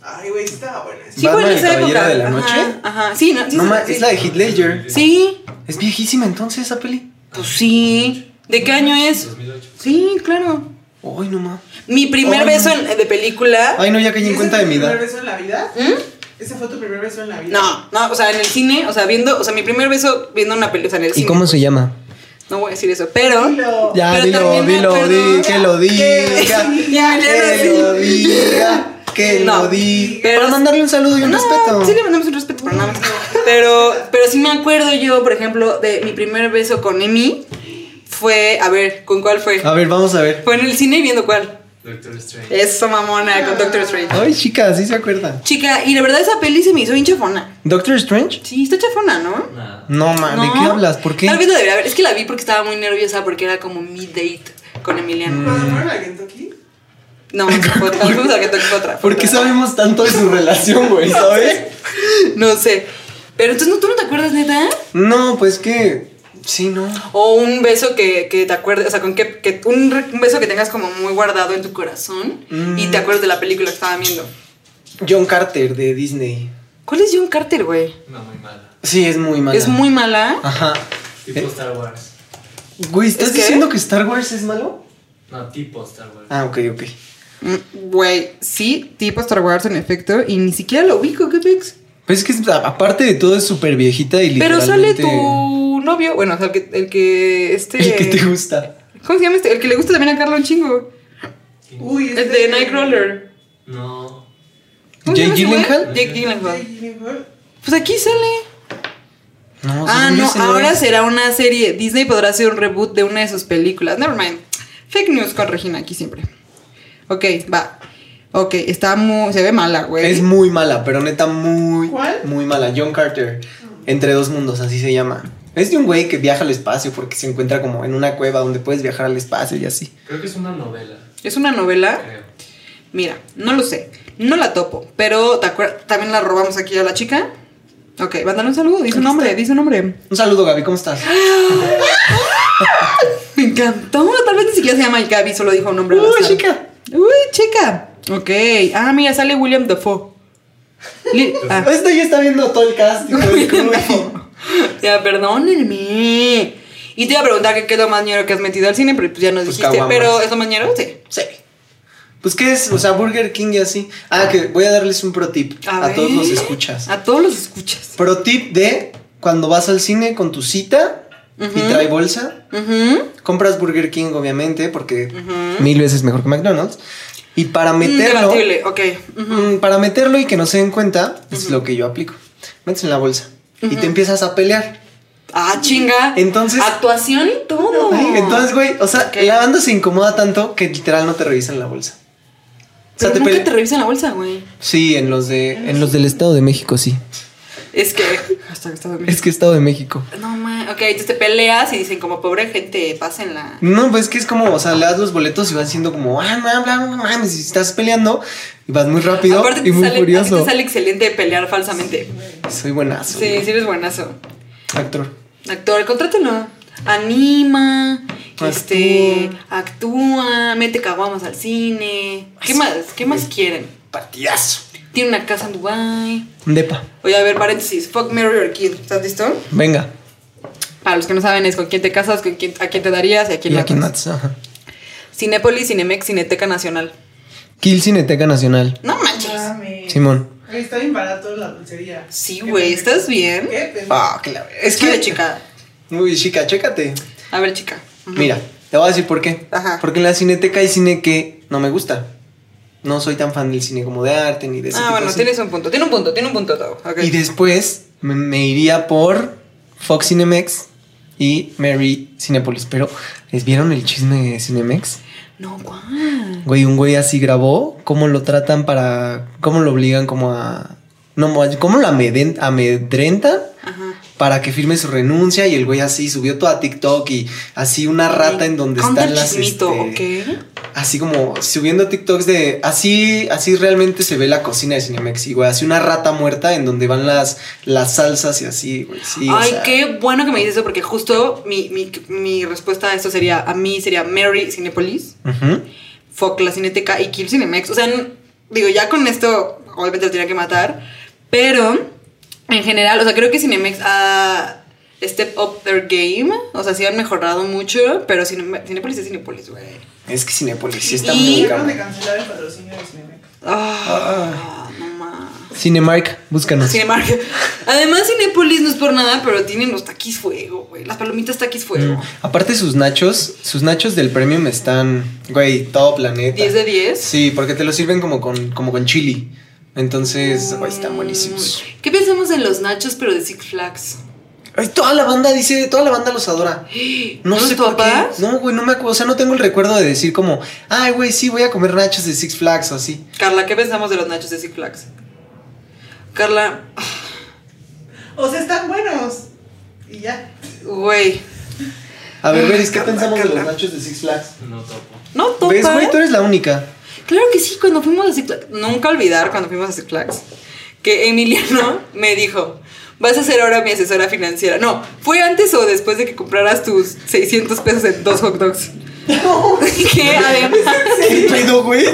Speaker 4: Ay, güey, estaba buena.
Speaker 2: Sí, fue
Speaker 3: ¿Batman
Speaker 2: en
Speaker 3: el
Speaker 2: esa
Speaker 3: Caballero
Speaker 2: época.
Speaker 3: de la
Speaker 2: Ajá,
Speaker 3: Noche?
Speaker 2: Ajá, sí, no, sí,
Speaker 3: No
Speaker 2: sí,
Speaker 3: ma-
Speaker 2: sí.
Speaker 3: es la de Heath Ledger.
Speaker 2: Sí,
Speaker 3: Es viejísima entonces esa peli.
Speaker 2: pues sí. ¿De qué año es?
Speaker 5: 2008.
Speaker 2: Sí, claro.
Speaker 3: Ay, Oh, no ma.
Speaker 2: Mi primer
Speaker 3: Ay.
Speaker 2: beso en- de película.
Speaker 3: Ay, no, ya caí
Speaker 4: ¿Ese
Speaker 3: en cuenta
Speaker 4: fue
Speaker 3: de
Speaker 4: tu
Speaker 3: mi edad.
Speaker 4: primer beso en la vida?
Speaker 2: ¿Mm?
Speaker 4: ¿Ese fue tu primer beso en la vida?
Speaker 2: No, no, o sea, en el cine, o sea, viendo, o sea, mi primer beso viendo una película, o sea, en el cine.
Speaker 3: se llama?
Speaker 2: No voy a decir eso, pero.
Speaker 4: Dilo.
Speaker 3: Ya,
Speaker 2: Pero
Speaker 3: dilo,
Speaker 2: también me
Speaker 3: dilo,
Speaker 2: acuerdo-
Speaker 3: di, que lo diga.
Speaker 2: Ya, ya
Speaker 3: Que
Speaker 2: lo
Speaker 3: lo diga, que
Speaker 2: No,
Speaker 3: lo diga.
Speaker 2: pero-
Speaker 3: Para mandarle un saludo y un
Speaker 2: No,
Speaker 3: respeto.
Speaker 2: Sí, le mandamos un respeto, pero nada más. Pero, pero sí me acuerdo yo, por ejemplo, de mi primer beso con Emi. Fue, a ver, ¿con cuál fue?
Speaker 3: A ver, vamos a ver.
Speaker 2: Fue en el cine y viendo cuál.
Speaker 5: Doctor Strange.
Speaker 2: Eso, mamona, con Doctor Strange.
Speaker 3: Ay, chica, sí se acuerda.
Speaker 2: Chica, y la verdad esa peli se me hizo bien chafona.
Speaker 3: ¿Doctor Strange?
Speaker 2: Sí, está chafona, ¿no?
Speaker 5: Nada.
Speaker 3: No, ma, ¿de
Speaker 2: No.
Speaker 3: qué hablas? ¿Por qué?
Speaker 2: Tal vez la debería ver. Es que la vi porque estaba muy nerviosa porque era como mi date con Emiliano.
Speaker 4: ¿Cuando fueron a Kentucky?
Speaker 2: No, no fue otra. Fuimos a que toque otra.
Speaker 3: ¿Por qué sabemos tanto de su relación, güey? ¿Sabes?
Speaker 2: No sé. Pero entonces, ¿no, ¿tú no te acuerdas, neta?
Speaker 3: No, pues que. Sí, no.
Speaker 2: O un beso que, que te acuerdes, o sea, con que, que un, re- un beso que tengas como muy guardado en tu corazón y te acuerdas de la película que estaba viendo.
Speaker 3: John Carter de Disney.
Speaker 2: ¿Cuál es John Carter, güey?
Speaker 5: No, muy mala.
Speaker 3: Sí, es muy malo.
Speaker 2: Es muy mala.
Speaker 3: Ajá.
Speaker 5: Tipo
Speaker 3: Eh.
Speaker 5: Star Wars.
Speaker 3: Güey, ¿estás
Speaker 2: ¿Es qué?
Speaker 3: diciendo que Star Wars es malo?
Speaker 5: No, tipo Star Wars.
Speaker 3: Ah, ok, ok.
Speaker 2: Mm, Güey, sí, tipo Star Wars en efecto, y ni siquiera lo ubico, ¿qué pex?
Speaker 3: Pues es que es- a- aparte de todo es súper viejita y
Speaker 2: Pero sale
Speaker 3: literalmente-
Speaker 2: tu novio, bueno, o sea, el que, el que este...
Speaker 3: El que te gusta.
Speaker 2: ¿Cómo se llama este? El que le gusta también a Carla un chingo.
Speaker 5: Sí.
Speaker 4: Uy, este
Speaker 2: El de Nightcrawler.
Speaker 5: No.
Speaker 2: ¿Cómo se llama
Speaker 3: ¿Jake
Speaker 2: ese güey?
Speaker 3: Gyllenhaal?
Speaker 2: Jake Gyllenhaal.
Speaker 4: Nightcrawler.
Speaker 2: Pues aquí sale.
Speaker 3: No,
Speaker 2: Ah,
Speaker 3: según yo
Speaker 2: no,
Speaker 3: ese
Speaker 2: ahora
Speaker 3: es.
Speaker 2: será una serie. Disney podrá hacer un reboot de una de sus películas. Never mind. Fake news con Regina aquí siempre. Ok, va. Ok, está muy. Se ve mala, güey.
Speaker 3: Es muy mala, pero neta muy,
Speaker 4: ¿Cuál?
Speaker 3: muy mala. John Carter, Entre dos mundos, así se llama. Es de un güey que viaja al espacio porque se encuentra como en una cueva donde puedes viajar al espacio y así.
Speaker 5: Creo que es una novela.
Speaker 2: ¿Es una novela.
Speaker 5: Creo.
Speaker 2: Mira, no lo sé. No la topo. Pero ¿te acuer- también la robamos aquí a la chica. Ok, mándale un saludo. Dice un nombre, dice un nombre.
Speaker 3: Un saludo, Gaby, ¿cómo estás?
Speaker 2: Me encantó. Tal vez ni siquiera se llama Gaby, solo dijo un nombre. al
Speaker 3: Uy,
Speaker 2: azar.
Speaker 3: chica.
Speaker 2: Uy, chica. Ok. Ah, mira, sale William Dafoe. Li- ah.
Speaker 3: Esto Pues este ya está viendo todo el cast. hijo de tu-
Speaker 2: Ya, perdónenme. Y te iba a preguntar que qué es lo más ñero que has metido al cine, pero pues ya nos
Speaker 3: Pues
Speaker 2: dijiste.
Speaker 3: caguamas.
Speaker 2: Pero es lo más ñero, sí.
Speaker 3: Sí. Pues qué es, o sea, Burger King y así. Ah, que voy a darles un pro tip a,
Speaker 2: ver.
Speaker 3: todos los escuchas.
Speaker 2: A todos los escuchas.
Speaker 3: Pro tip de cuando vas al cine con tu cita y trae bolsa,
Speaker 2: Ujú.
Speaker 3: compras Burger King obviamente porque mil veces mejor que McDonald's y para meterlo
Speaker 2: Mm, Debatible, ok.
Speaker 3: mm, para meterlo y que no se den cuenta es lo que yo aplico. Metes en la bolsa y te empiezas a pelear.
Speaker 2: Ah, chinga.
Speaker 3: Entonces-
Speaker 2: Actuación y todo.
Speaker 3: Ay, Entonces, güey, o sea,
Speaker 2: Ok.
Speaker 3: la banda se incomoda tanto que literal no te revisan la bolsa. O sea,
Speaker 2: Pero nunca
Speaker 3: pele-
Speaker 2: te revisan la bolsa, güey.
Speaker 3: Sí, en los de en los del Estado de México, sí.
Speaker 2: Es que. Hasta que estaba bien.
Speaker 3: Es que Estado de México.
Speaker 2: No, man. Ok, entonces te peleas y dicen, como pobre gente, pásenla.
Speaker 3: No, pues que es como, o sea, le das los boletos y van siendo como, ah, no, bla, no mames, y estás peleando y vas muy rápido
Speaker 2: Aparte,
Speaker 3: y
Speaker 2: te
Speaker 3: muy
Speaker 2: sale, a ti
Speaker 3: furioso.
Speaker 2: te sale excelente pelear falsamente.
Speaker 3: Soy buenazo.
Speaker 2: Sí, sí, eres buenazo.
Speaker 3: Actor.
Speaker 2: Actor, contrátelo. Anima,
Speaker 3: Actúa.
Speaker 2: este, actúa, mete caguamas al cine. ¿Qué más? ¿Qué más quieren?
Speaker 3: Partidazo.
Speaker 2: Tiene una casa en Dubai.
Speaker 3: Depa.
Speaker 2: Oye, a ver, paréntesis. Fuck Mary or Kill. ¿Estás listo?
Speaker 3: Venga.
Speaker 2: Para los que no saben es con quién te casas, con quién, a quién te darías y a quién
Speaker 3: Y aquí
Speaker 2: matas.
Speaker 3: Nats. Ajá.
Speaker 2: Cinépolis, Cinemex, Cineteca Nacional.
Speaker 3: Kill Cineteca Nacional.
Speaker 2: No manches.
Speaker 4: Mames.
Speaker 3: Simón.
Speaker 4: Güey, está bien barato la dulcería.
Speaker 2: Sí,
Speaker 4: Qué
Speaker 2: güey,
Speaker 4: pendejo.
Speaker 2: ¿estás bien?
Speaker 4: Qué pendejo.
Speaker 3: Ah, que la- Es
Speaker 2: Chale,
Speaker 3: que,
Speaker 2: chica.
Speaker 3: Uy, chica, chécate.
Speaker 2: A ver, chica. Ujú. Ah,
Speaker 3: Mira, te voy a decir por qué.
Speaker 2: Ajá.
Speaker 3: Porque en la cineteca hay cine que no me gusta. No soy tan fan del cine como de arte ni de ese
Speaker 2: Ah,
Speaker 3: tipo
Speaker 2: bueno,
Speaker 3: así.
Speaker 2: tienes un punto. Tiene un punto, tiene un punto todo. Ok.
Speaker 3: Y después me, me iría por Fox Cinemex y Mary Cinepolis. Pero, ¿les vieron el chisme de Cinemex?
Speaker 2: No, guau.
Speaker 3: Güey, un güey así grabó cómo lo tratan para. cómo lo obligan como a. No, mo- cómo lo ameden- amedrentan
Speaker 2: Ajá.
Speaker 3: para que firme su renuncia. Y el güey así subió todo a TikTok y así una rata en donde
Speaker 2: Conta
Speaker 3: están
Speaker 2: el
Speaker 3: las.
Speaker 2: chismito,
Speaker 3: este,
Speaker 2: ok.
Speaker 3: Así como subiendo TikToks de. Así, así realmente se ve la cocina de Cinemex. Y güey, así una rata muerta en donde van las, las salsas y así, güey. Sí, o
Speaker 2: Ay,
Speaker 3: sea,
Speaker 2: qué bueno que me dices eso, porque justo mi, mi, mi respuesta a esto sería, a mí sería Mary Cinepolis,
Speaker 3: ujú.
Speaker 2: Fuck la Cineteca y Kill Cinemex. O sea, n- digo, ya con esto obviamente lo tenía que matar, pero en general, o sea, creo que Cinemex ha step up their game, o sea, sí han mejorado mucho, pero Cine- Cinepolis es Cinepolis, güey.
Speaker 3: Es que Cinepolis sí está
Speaker 2: Y-
Speaker 3: muy
Speaker 4: Acaban de
Speaker 3: cabrón.
Speaker 4: cancelar el patrocinio de Cinemex.
Speaker 2: Ah, no más.
Speaker 3: Cinemark, búscanos.
Speaker 2: Cinemark. Además, Cinepolis no es por nada, pero tienen los taquis fuego, güey. Las palomitas taquis fuego.
Speaker 3: Mm. Aparte sus nachos, sus nachos del premium están, güey, todo planeta.
Speaker 2: 10 de 10.
Speaker 3: Sí, porque te lo sirven como con, como con chili. Entonces, güey, están buenísimos.
Speaker 2: ¿Qué pensamos en los nachos, pero de Six Flags?
Speaker 3: Ay, toda la banda dice, toda la banda los adora. No
Speaker 2: ¿Los
Speaker 3: sé por qué.
Speaker 2: papás?
Speaker 3: No, güey, no me acuerdo. O sea, no tengo el recuerdo de decir como, ay, güey, sí, voy a comer nachos de Six Flags o así.
Speaker 2: Carla, ¿qué pensamos de los nachos de Six Flags? Carla,
Speaker 4: O sea, están buenos. Y ya.
Speaker 2: güey,
Speaker 3: A ver, Veris, ¿qué
Speaker 4: Carla,
Speaker 3: pensamos de los
Speaker 4: Carla.
Speaker 3: nachos de Six Flags?
Speaker 5: No topo.
Speaker 2: no topa.
Speaker 3: ¿Ves, güey? Tú eres la única.
Speaker 2: Claro que sí, cuando fuimos a Six Flags. Nunca olvidar cuando fuimos a Six Flags que Emiliano me dijo: Vas a ser ahora mi asesora financiera. No, ¿fue antes o después de que compraras tus 600 pesos en dos hot dogs? que además,
Speaker 3: ¿Qué pedo, güey?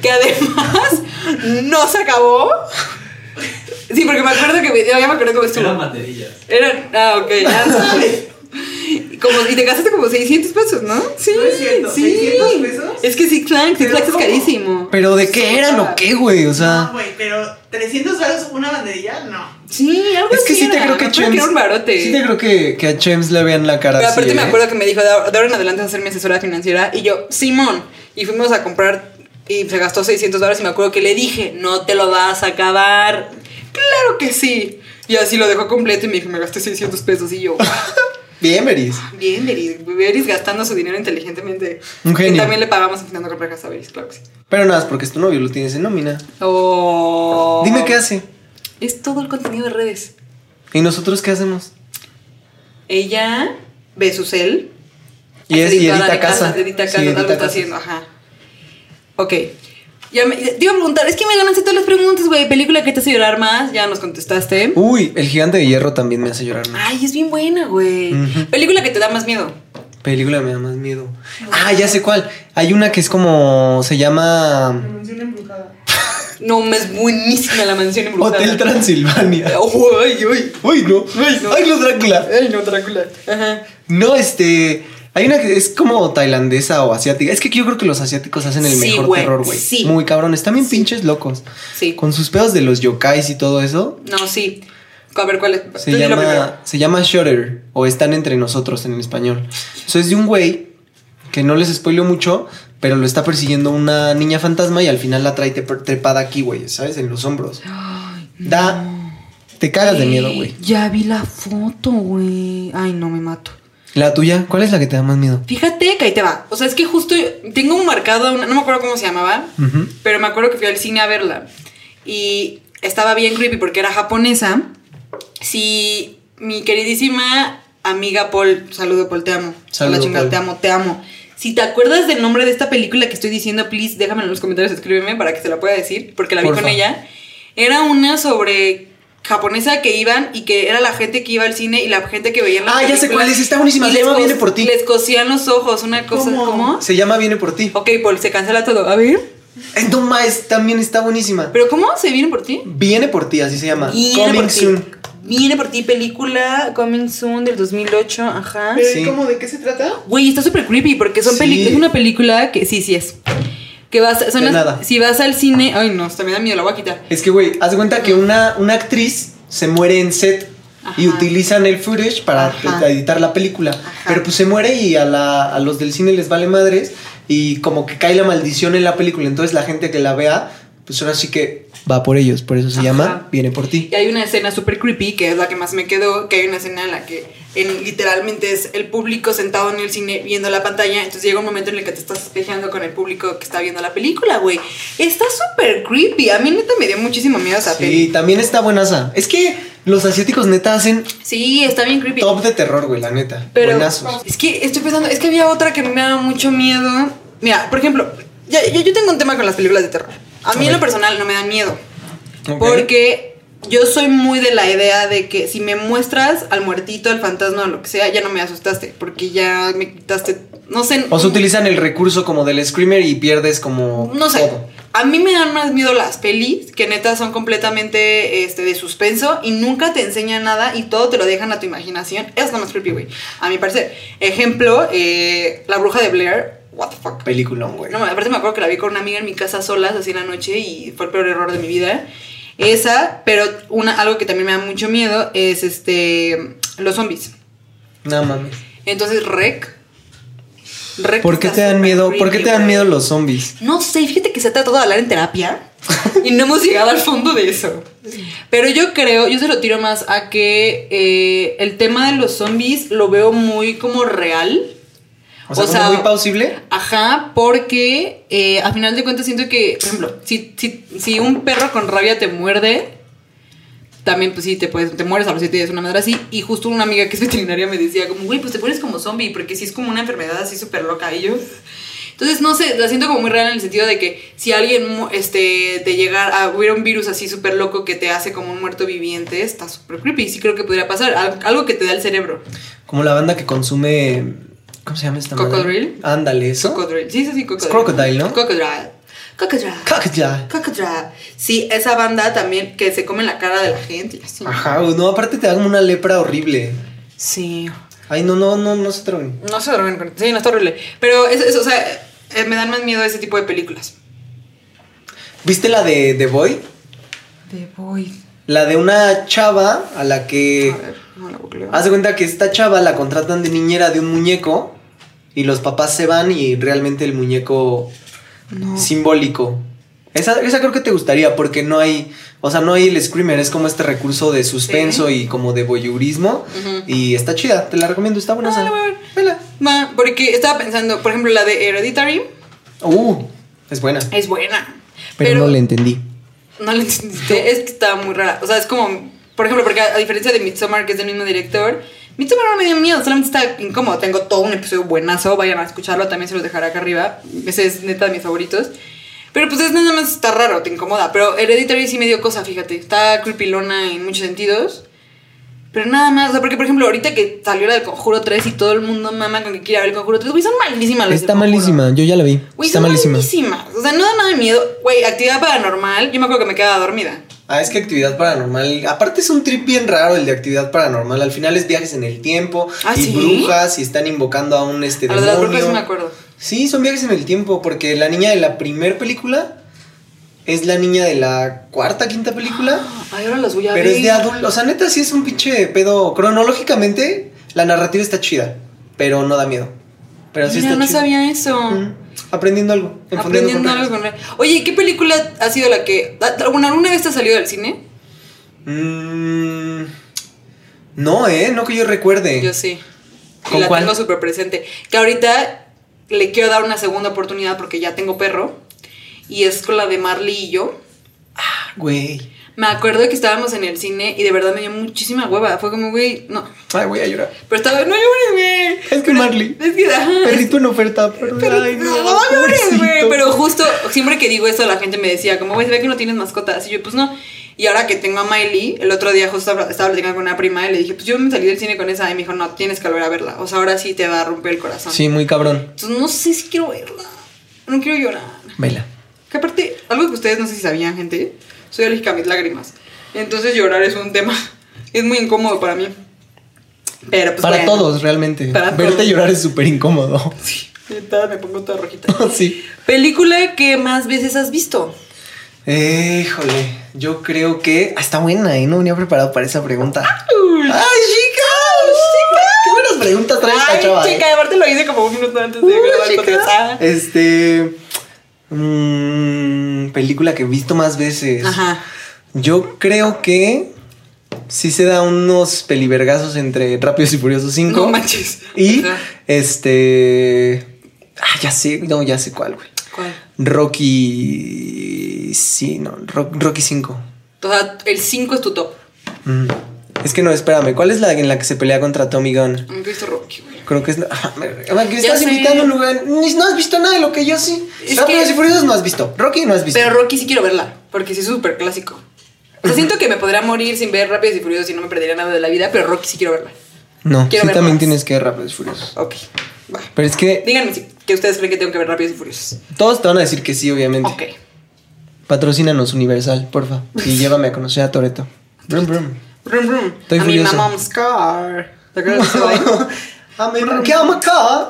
Speaker 2: que además no se acabó. Sí, porque me acuerdo que me, ya me acuerdo cómo estuvo.
Speaker 5: Eran banderillas.
Speaker 2: Era, ah, ok, ya sabes. Y Como, y te gastaste como 600 pesos, ¿no? Sí,
Speaker 4: No es cierto,
Speaker 2: sí.
Speaker 4: 600 pesos.
Speaker 2: Es que Six Flags, Six
Speaker 4: Pero
Speaker 2: Flags es
Speaker 4: ¿cómo?
Speaker 2: carísimo.
Speaker 3: ¿Pero de qué eran o qué, güey? O
Speaker 4: No,
Speaker 3: sea,
Speaker 4: güey, pero 300 varos una banderilla, no.
Speaker 2: Sí, algo
Speaker 3: es que
Speaker 2: así
Speaker 3: sí te
Speaker 2: era,
Speaker 3: creo que
Speaker 2: me acuerdo era un barote.
Speaker 3: Sí te creo que, que a Chems le vean la cara
Speaker 2: Pero
Speaker 3: así,
Speaker 2: aparte me
Speaker 3: ¿eh?
Speaker 2: acuerdo que me dijo, de ahora de ahora en adelante vas a ser mi asesora financiera. Y yo, Simón. Y fuimos a comprar y se gastó 600 dólares. Y me acuerdo que le dije, no te lo vas a acabar. Claro que sí. Y así lo dejó completo y me dijo, me gasté 600 pesos. Y yo,
Speaker 3: Bien, Veris.
Speaker 2: Bien, Beris. Beris gastando su dinero inteligentemente.
Speaker 3: Un genio.
Speaker 2: Y también le pagamos intentando comprar casa a Beris, claro que sí.
Speaker 3: Pero nada, es porque es tu novio, lo tienes en nómina.
Speaker 2: Oh.
Speaker 3: Dime qué hace.
Speaker 2: Es todo el contenido de redes.
Speaker 3: ¿Y nosotros qué hacemos?
Speaker 2: Ella ve su cel.
Speaker 3: Y, es, y
Speaker 2: editora
Speaker 3: edita
Speaker 2: de
Speaker 3: casa.
Speaker 2: Edita
Speaker 3: Sí,
Speaker 2: casa, algo
Speaker 3: edita
Speaker 2: está
Speaker 3: casas.
Speaker 2: haciendo, ajá. Ok. Ya me, te iba a preguntar, es que me ganaste todas las preguntas, güey. Película que te hace llorar más, ya nos contestaste.
Speaker 3: Uy, el gigante de hierro también me hace llorar. mucho.
Speaker 2: Ay, es bien buena, güey.
Speaker 3: Ujú.
Speaker 2: Película que te da más miedo.
Speaker 3: Película me da más miedo. Ah, ya sé cuál. Hay una que es como. Se llama.
Speaker 4: Mansión embrujada.
Speaker 2: No, es buenísima la mansión embrujada.
Speaker 3: Hotel Transilvania.
Speaker 2: Ay, ay.
Speaker 3: Uy, no. Ay, no, Drácula.
Speaker 2: Ay, no, Drácula. Ajá.
Speaker 3: No, este. Hay una que es como tailandesa o asiática. Es que yo creo que los asiáticos hacen el
Speaker 2: Sí,
Speaker 3: mejor
Speaker 2: güey,
Speaker 3: terror, güey.
Speaker 2: sí.
Speaker 3: Muy cabrones. También pinches locos.
Speaker 2: Sí.
Speaker 3: Con sus pedos de los yokais y todo eso.
Speaker 2: No, sí. A ver, ¿cuál es?
Speaker 3: Se
Speaker 2: Tú dilo primero.
Speaker 3: llama, se llama Shutter o Están entre nosotros en español. Eso es de un güey que no les spoileo mucho, pero lo está persiguiendo una niña fantasma y al final la trae tep- trepada aquí, güey, ¿sabes? En los hombros. Da. Te cagas de miedo, güey.
Speaker 2: Ya vi la foto, güey. Ay, no, me mato.
Speaker 3: ¿La tuya? ¿Cuál es la que te da más miedo?
Speaker 2: Fíjate que ahí te va. O sea, es que justo yo- tengo un marcado, una- no me acuerdo cómo se llamaba,
Speaker 3: Ujú.
Speaker 2: pero me acuerdo que fui al cine a verla. Y estaba bien creepy porque era japonesa. Si mi queridísima amiga Paul, saludo Paul, te amo.
Speaker 3: Saludo,
Speaker 2: Hola, chingada,
Speaker 3: Paul.
Speaker 2: te amo, te amo. Si te acuerdas del nombre de esta película que estoy diciendo, please déjame en los comentarios, escríbeme para que se la pueda decir, porque la vi
Speaker 3: Porfa.
Speaker 2: con ella. Era una sobre japonesa que iban y que era la gente que iba al cine y la gente que veía en la
Speaker 3: Ah, ya sé cuál es, está buenísima,
Speaker 2: Y
Speaker 3: se
Speaker 2: les
Speaker 3: llama Viene
Speaker 2: cos-
Speaker 3: por ti.
Speaker 2: Les cosían los ojos, una cosa
Speaker 4: ¿Cómo?
Speaker 2: como.
Speaker 3: Se llama Viene por ti.
Speaker 2: Ok, Paul, se cancela todo. A ver.
Speaker 3: Eh, No más, también está buenísima.
Speaker 2: ¿Pero cómo? ¿Se viene por ti?
Speaker 3: Viene por ti, así se llama.
Speaker 2: Viene
Speaker 3: Ah, Coming
Speaker 2: por ti.
Speaker 3: soon.
Speaker 2: Viene por ti, película Coming Soon del 2008, ajá.
Speaker 4: Pero ¿y
Speaker 3: Ah, sí.
Speaker 4: ¿cómo de qué se trata?
Speaker 2: Güey, está súper creepy porque son
Speaker 3: Sí.
Speaker 2: peli- es una película que sí, sí es. Que vas, son
Speaker 3: De
Speaker 2: las-
Speaker 3: nada.
Speaker 2: Si vas al cine. Ay, no, hasta me da miedo, la voy a quitar.
Speaker 3: Es que, güey, haz de cuenta que una, una actriz se muere en set y
Speaker 2: Ajá.
Speaker 3: utilizan el footage para
Speaker 2: Ajá.
Speaker 3: te- editar la película. Pero pues se muere y a, la- a los del cine les vale madres y como que cae la maldición en la película. Entonces la gente que la vea, pues ahora sí que va por ellos. Por eso se
Speaker 2: Ajá.
Speaker 3: llama Viene por ti.
Speaker 2: Y hay una escena súper creepy, que es la que más me quedó, que hay una escena en la que en- literalmente es el público sentado en el cine viendo la pantalla, entonces llega un momento en el que te estás espejando con el público que está viendo la película, güey. Está súper creepy, a mí neta me dio muchísimo miedo esa peli.
Speaker 3: Sí, también está buenaza. Es que los asiáticos neta hacen
Speaker 2: Sí, está bien creepy.
Speaker 3: top de terror, güey, la neta.
Speaker 2: Pero
Speaker 3: Buenazos.
Speaker 2: es que estoy pensando, es que había otra que me daba mucho miedo. Mira, por ejemplo, ya- yo, yo tengo un tema con las películas de terror. A mí
Speaker 3: A
Speaker 2: en lo
Speaker 3: ver.
Speaker 2: personal no me dan miedo.
Speaker 3: Ok.
Speaker 2: Porque yo soy muy de la idea de que si me muestras al muertito, al fantasma o lo que sea, ya no me asustaste. Porque ya me quitaste. No sé.
Speaker 3: O se utilizan el recurso como del screamer y pierdes como
Speaker 2: No sé.
Speaker 3: todo.
Speaker 2: A mí me dan más miedo las pelis, que neta son completamente este, de suspenso y nunca te enseñan nada y todo te lo dejan a tu imaginación. Es lo más creepy, güey. A mi parecer. Ejemplo, eh, La Bruja de Blair. What the fuck.
Speaker 3: Peliculón, güey.
Speaker 2: No, aparte me acuerdo que la vi con una amiga en mi casa solas así en la noche y fue el peor error de mi vida. Esa, pero una, algo que también me da mucho miedo es este los zombies.
Speaker 3: No mames.
Speaker 2: Entonces, rec. Rec
Speaker 3: ¿Por qué
Speaker 2: está
Speaker 3: te dan
Speaker 2: súper
Speaker 3: miedo? ¿Por qué
Speaker 2: creepy,
Speaker 3: te dan
Speaker 2: güey.
Speaker 3: miedo los zombies?
Speaker 2: Pues, No sé, fíjate que se ha tratado de hablar en terapia y no hemos llegado al fondo de eso. Pero yo creo, yo se lo tiro más a que eh, el tema de los zombies lo veo muy como real.
Speaker 3: O sea,
Speaker 2: O
Speaker 3: ¿como
Speaker 2: sea,
Speaker 3: muy plausible.
Speaker 2: Ajá, porque eh, a final de cuentas siento que, por ejemplo, si, si, si un perro con rabia te muerde, también pues sí, te, puedes, te mueres a los siete días, una madre así. Y justo una amiga que es veterinaria me decía como, güey, pues te pones como zombie, porque sí es como una enfermedad así súper loca. Y yo... Entonces, no sé, la siento como muy real en el sentido de que si alguien mu- este, te llegara, a, hubiera un virus así súper loco que te hace como un muerto viviente, está súper creepy. Sí creo que podría pasar, al- algo que te da el cerebro.
Speaker 3: Como la banda que consume. ¿Cómo se llama esta madre?
Speaker 2: ¿Cocodril?
Speaker 3: Ándale, eso.
Speaker 2: Cocodril. Sí, sí, sí, cocodril.
Speaker 3: Es crocodile, ¿no?
Speaker 2: Cocodril. Cocodril.
Speaker 3: Cacya.
Speaker 2: Cocodril. Sí, esa banda también que se come la cara de la gente. y así.
Speaker 3: Ajá, güey, no, aparte te da como una lepra horrible.
Speaker 2: Sí.
Speaker 3: Ay, no, no, no, no se atreven.
Speaker 2: No se duermen con. Sí, no está horrible. Pero eso, o sea, eh, me dan más miedo ese tipo de películas.
Speaker 3: ¿Viste la de The Boy?
Speaker 2: The Boy.
Speaker 3: La de una chava a la que.
Speaker 2: A ver, no la googleo.
Speaker 3: Haz de cuenta que esta chava la contratan de niñera de un muñeco y los papás se van y realmente el muñeco
Speaker 2: No.
Speaker 3: simbólico. Esa, esa creo que te gustaría porque no hay, o sea, no hay el screamer, es como este recurso de suspenso y como de voyeurismo
Speaker 2: Ujú.
Speaker 3: y está chida, te la recomiendo, está buena.
Speaker 2: Ah,
Speaker 3: esa.
Speaker 2: la voy a ver.
Speaker 3: Vela.
Speaker 2: Ma, porque estaba pensando, por ejemplo, la de Hereditary
Speaker 3: Uh, es buena. Pero,
Speaker 2: es buena.
Speaker 3: no le entendí.
Speaker 2: No la entendiste, es que estaba muy rara. O sea, es como, por ejemplo, porque a, a diferencia de Midsommar, que es del mismo director, Midsommar no me dio miedo, solamente está incómodo. Tengo todo un episodio buenazo, vayan a escucharlo, también se los dejaré acá arriba. Ese es neta de mis favoritos. Pero pues es nada más está raro, te incomoda. Pero Hereditary sí me dio cosa, fíjate. Está creepilona en muchos sentidos. Pero nada más, o sea, porque por ejemplo, ahorita que salió la del Conjuro 3 y todo el mundo mama con que quiere ver el Conjuro 3, güey, son malísimas las del
Speaker 3: Está
Speaker 2: Conjuro.
Speaker 3: malísima, yo ya la vi.
Speaker 2: Güey,
Speaker 3: está
Speaker 2: son
Speaker 3: malísima.
Speaker 2: malísimas. O sea, no da nada de miedo. Güey, actividad paranormal. Yo me acuerdo que me quedaba dormida.
Speaker 3: Ah, es que actividad paranormal, aparte es un trip bien raro el de actividad paranormal, al final es viajes en el tiempo
Speaker 2: Ah,
Speaker 3: y
Speaker 2: ¿sí?
Speaker 3: brujas y están invocando a un este
Speaker 2: A lo de las
Speaker 3: demonio.
Speaker 2: brujas sí me acuerdo.
Speaker 3: Sí, son viajes en el tiempo, porque la niña de la primer película es la niña de la cuarta, quinta película,
Speaker 2: Ay, Ah, ahora las voy a
Speaker 3: pero
Speaker 2: ver.
Speaker 3: es de adulto. O sea, neta, sí es un pinche pedo. Cronológicamente, la narrativa está chida, pero no da miedo. Pero sí
Speaker 2: Mira,
Speaker 3: está
Speaker 2: no
Speaker 3: chida.
Speaker 2: sabía eso.
Speaker 3: Mm, Aprendiendo algo. en Fondeando
Speaker 2: Aprendiendo
Speaker 3: con
Speaker 2: algo
Speaker 3: Reglas.
Speaker 2: con Oye, ¿qué película ha sido la que. Bueno, ¿alguna vez te ha salido del cine?
Speaker 3: Mm, no, ¿eh? No que yo recuerde.
Speaker 2: Yo sí. Y
Speaker 3: ¿Con
Speaker 2: la
Speaker 3: cuál?
Speaker 2: tengo súper presente. Que ahorita le quiero dar una segunda oportunidad porque ya tengo perro. Y es con la de Marley y yo.
Speaker 3: Ah, Güey.
Speaker 2: Me acuerdo que estábamos en el cine y de verdad me dio muchísima hueva. Fue como, güey, no.
Speaker 3: Ay, voy a llorar.
Speaker 2: Pero estaba, no llores, güey.
Speaker 3: Es que Marley.
Speaker 2: Es que, ajá, es-
Speaker 3: Perrito en oferta, pero.
Speaker 2: Pero,
Speaker 3: ay, no,
Speaker 2: no, llores, güey.
Speaker 3: pobrecito.
Speaker 2: Pero justo, siempre que digo eso, la gente me decía, como, güey, se ve que no tienes mascotas. Y yo, pues no. Y ahora que tengo a Miley, el otro día justo habla- estaba platicando con una prima y le dije, pues yo me salí del cine con esa. Y me dijo, no, tienes que volver a verla. O sea, ahora sí te va a romper el corazón.
Speaker 3: Sí, muy cabrón.
Speaker 2: Entonces, no sé si quiero verla. No quiero llorar.
Speaker 3: Vela.
Speaker 2: Que aparte, algo que ustedes no sé si sabían, gente, soy alérgica a mis lágrimas. Entonces, llorar es un tema. Es muy incómodo para mí. Pero pues.
Speaker 3: para
Speaker 2: bueno.
Speaker 3: todos, realmente.
Speaker 2: Para
Speaker 3: Verte
Speaker 2: todos.
Speaker 3: llorar es súper incómodo.
Speaker 2: Sí, neta, me pongo toda rojita.
Speaker 3: sí.
Speaker 2: Película que más veces has visto.
Speaker 3: Eh, Híjole, yo creo que. Ah, está buena, ¿eh? No venía preparado para esa pregunta. ¡Ay, chicas! ¡Chicas! ¡Qué buenas preguntas trae esta
Speaker 2: Ay,
Speaker 3: chava! eh!
Speaker 2: chica, aparte lo hice como un minuto antes de
Speaker 3: Uh,
Speaker 2: grabar el
Speaker 3: chica.
Speaker 2: podcast. Ah.
Speaker 3: Este. mm, película que he visto más veces.
Speaker 2: Ajá.
Speaker 3: Yo creo que. Sí se da unos pelivergazos entre Rápidos y Furiosos 5.
Speaker 2: No manches.
Speaker 3: Y
Speaker 2: Ajá.
Speaker 3: este. Ah, ya sé, no, ya sé cuál, güey.
Speaker 2: ¿Cuál?
Speaker 3: Rocky. Sí, no, Ro- Rocky 5.
Speaker 2: O sea, el 5 es tu top.
Speaker 3: Mm. Es que no, espérame, ¿cuál es la en la que se pelea contra Tommy Gunn?
Speaker 2: No he visto Rocky, güey.
Speaker 3: Creo que es. Ah, me- que estás
Speaker 2: sé.
Speaker 3: invitando a un lugar. ni- No has visto nada de lo que yo sí.
Speaker 2: Es
Speaker 3: Rápidos
Speaker 2: que-
Speaker 3: y Furiosos no has visto. Rocky no has visto.
Speaker 2: Pero Rocky sí quiero verla, porque sí es súper clásico. O sea, siento que me podría morir sin ver Rápidos y Furiosos y no me perdería nada de la vida, pero Rocky sí quiero verla.
Speaker 3: no, sí
Speaker 2: quiero ver
Speaker 3: también
Speaker 2: más.
Speaker 3: tienes que ver Rápidos y Furiosos.
Speaker 2: Ok, va.
Speaker 3: Pero es que
Speaker 2: Díganme si que ustedes creen que tengo que ver Rápidos y Furiosos.
Speaker 3: todos te van a decir que sí, obviamente.
Speaker 2: Ok.
Speaker 3: Patrocínanos Universal, porfa. Y llévame a conocer a Toreto. Brum, brum.
Speaker 2: Brum, brum.
Speaker 3: Estoy
Speaker 2: a mi
Speaker 3: furioso.
Speaker 2: mamá car. ¿Te acuerdas de Vine?
Speaker 3: A mi mamá,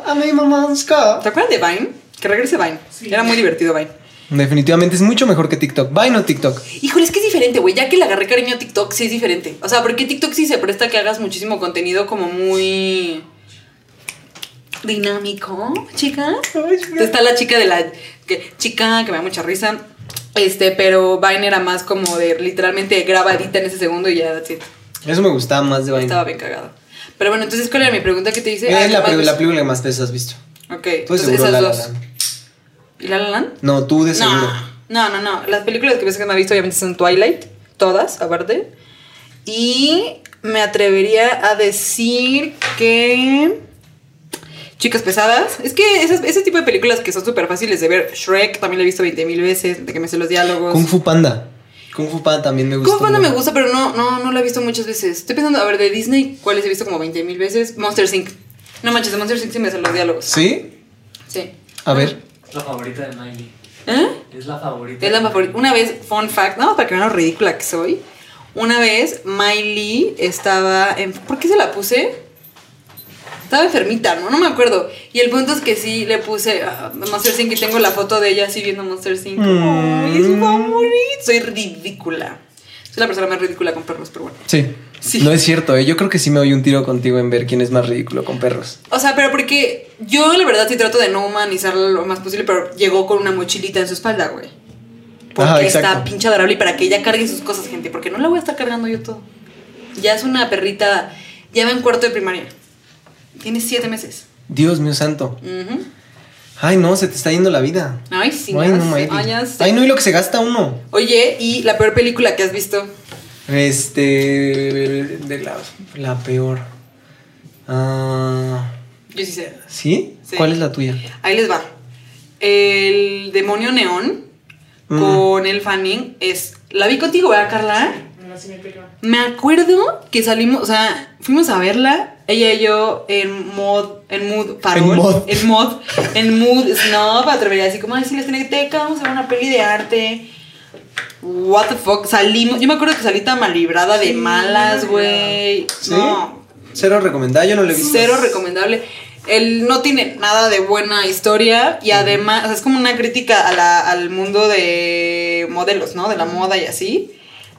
Speaker 3: a mi mamás car.
Speaker 2: ¿Te acuerdan de Vine? Que regrese Vine.
Speaker 4: Sí.
Speaker 2: Era muy divertido Vine.
Speaker 3: Definitivamente es mucho mejor que TikTok. Vine o TikTok.
Speaker 2: Híjole, es que es diferente, güey. Ya que le agarré cariño a TikTok, sí es diferente. O sea, porque TikTok sí se presta que hagas muchísimo contenido como muy dinámico, chica. Está la chica de la que, chica que me da mucha risa. Este, pero Vine era más como de literalmente grabadita en ese segundo y ya that's it.
Speaker 3: Eso me gustaba más de Vine.
Speaker 2: estaba bien cagado. Pero bueno, entonces, ¿cuál era mi pregunta que te hice? Ah,
Speaker 3: Es la,
Speaker 2: ¿qué más
Speaker 3: pe- la
Speaker 2: ves?
Speaker 3: película que más veces has visto.
Speaker 2: Ok,
Speaker 3: Tú de
Speaker 2: entonces
Speaker 3: seguro
Speaker 2: esas
Speaker 3: La La
Speaker 2: dos.
Speaker 3: Land.
Speaker 2: ¿Y La La Land?
Speaker 3: No, tú de seguro.
Speaker 2: No, no, no, no. Las películas que pienso que me ha visto obviamente son Twilight, todas, aparte. Y me atrevería a decir que... Chicas pesadas. Es que esas- ese tipo de películas que son súper fáciles de ver. Shrek también la he visto 20 mil veces, de que me sé los diálogos.
Speaker 3: Kung Fu Panda. Kung Fu Panda también me gusta.
Speaker 2: pues Kung Fu no
Speaker 3: mucho.
Speaker 2: me gusta, pero no, no, no la he visto muchas veces. Estoy pensando, a ver, de Disney, ¿cuáles he visto como 20 mil veces? Monster Inc. No manches, de Monster Inc. sí me sé los diálogos.
Speaker 3: ¿Sí?
Speaker 2: Sí.
Speaker 3: A ver.
Speaker 2: Ah.
Speaker 5: La favorita de Miley.
Speaker 2: ¿Eh?
Speaker 5: Es la favorita.
Speaker 2: Es la más favorita. Una vez, fun fact, nada más para que vean lo ridícula que soy. Una vez, Miley estaba en. ¿Por qué se la puse? Estaba enfermita, ¿no? No me acuerdo. Y el punto es que sí le puse ah, Monster Inc. y tengo la foto de ella así viendo Monster Inc.
Speaker 3: Mm.
Speaker 2: ¡Ay, es su favorito! Soy ridícula. Soy la persona más ridícula con perros, pero bueno.
Speaker 3: Sí.
Speaker 2: Sí.
Speaker 3: No es cierto, ¿eh? yo creo que sí me doy un tiro contigo en ver quién es más ridículo con perros.
Speaker 2: O sea, pero porque yo la verdad sí trato de no humanizarla lo más posible, pero llegó con una mochilita en su espalda, güey. Porque
Speaker 3: Ajá, exacto.
Speaker 2: está pinche adorable y para que ella cargue sus cosas, gente, porque no la voy a estar cargando yo todo. Ya es una perrita, ya va en cuarto de primaria. Tiene siete meses.
Speaker 3: Dios mío santo.
Speaker 2: Ujú.
Speaker 3: Ay, no, se te está yendo la vida.
Speaker 2: Ay, sí,
Speaker 3: Ay,
Speaker 2: ya
Speaker 3: no,
Speaker 2: sé,
Speaker 3: Miley.
Speaker 2: ay, ya sé.
Speaker 3: Ay, no, y lo que se gasta uno.
Speaker 2: Oye, ¿y la peor película que has visto?
Speaker 3: Este. De la, la peor. Ah,
Speaker 2: Yo sí sé.
Speaker 3: ¿sí?
Speaker 2: Sí.
Speaker 3: ¿Cuál es la tuya?
Speaker 2: Ahí les va. El demonio neón
Speaker 3: Mm.
Speaker 2: con el fanning es... ¿La vi contigo, verdad, Carla?
Speaker 4: No, sí me pegó.
Speaker 2: Me acuerdo que salimos, o sea, fuimos a verla, ella y yo en mod, en mood parol,
Speaker 3: En mod.
Speaker 2: en mod, en mood snob, atrevería así como, ay, sí, la cineteca, vamos a ver una peli de arte. What the fuck, salimos, yo me acuerdo que salí tan mal librada de malas, güey.
Speaker 3: ¿Sí?
Speaker 2: No,
Speaker 3: Cero recomendada, yo no le he visto.
Speaker 2: cero recomendable. Él no tiene nada de buena historia y además o sea, es como una crítica a la- al mundo de modelos, ¿no? De la moda y así.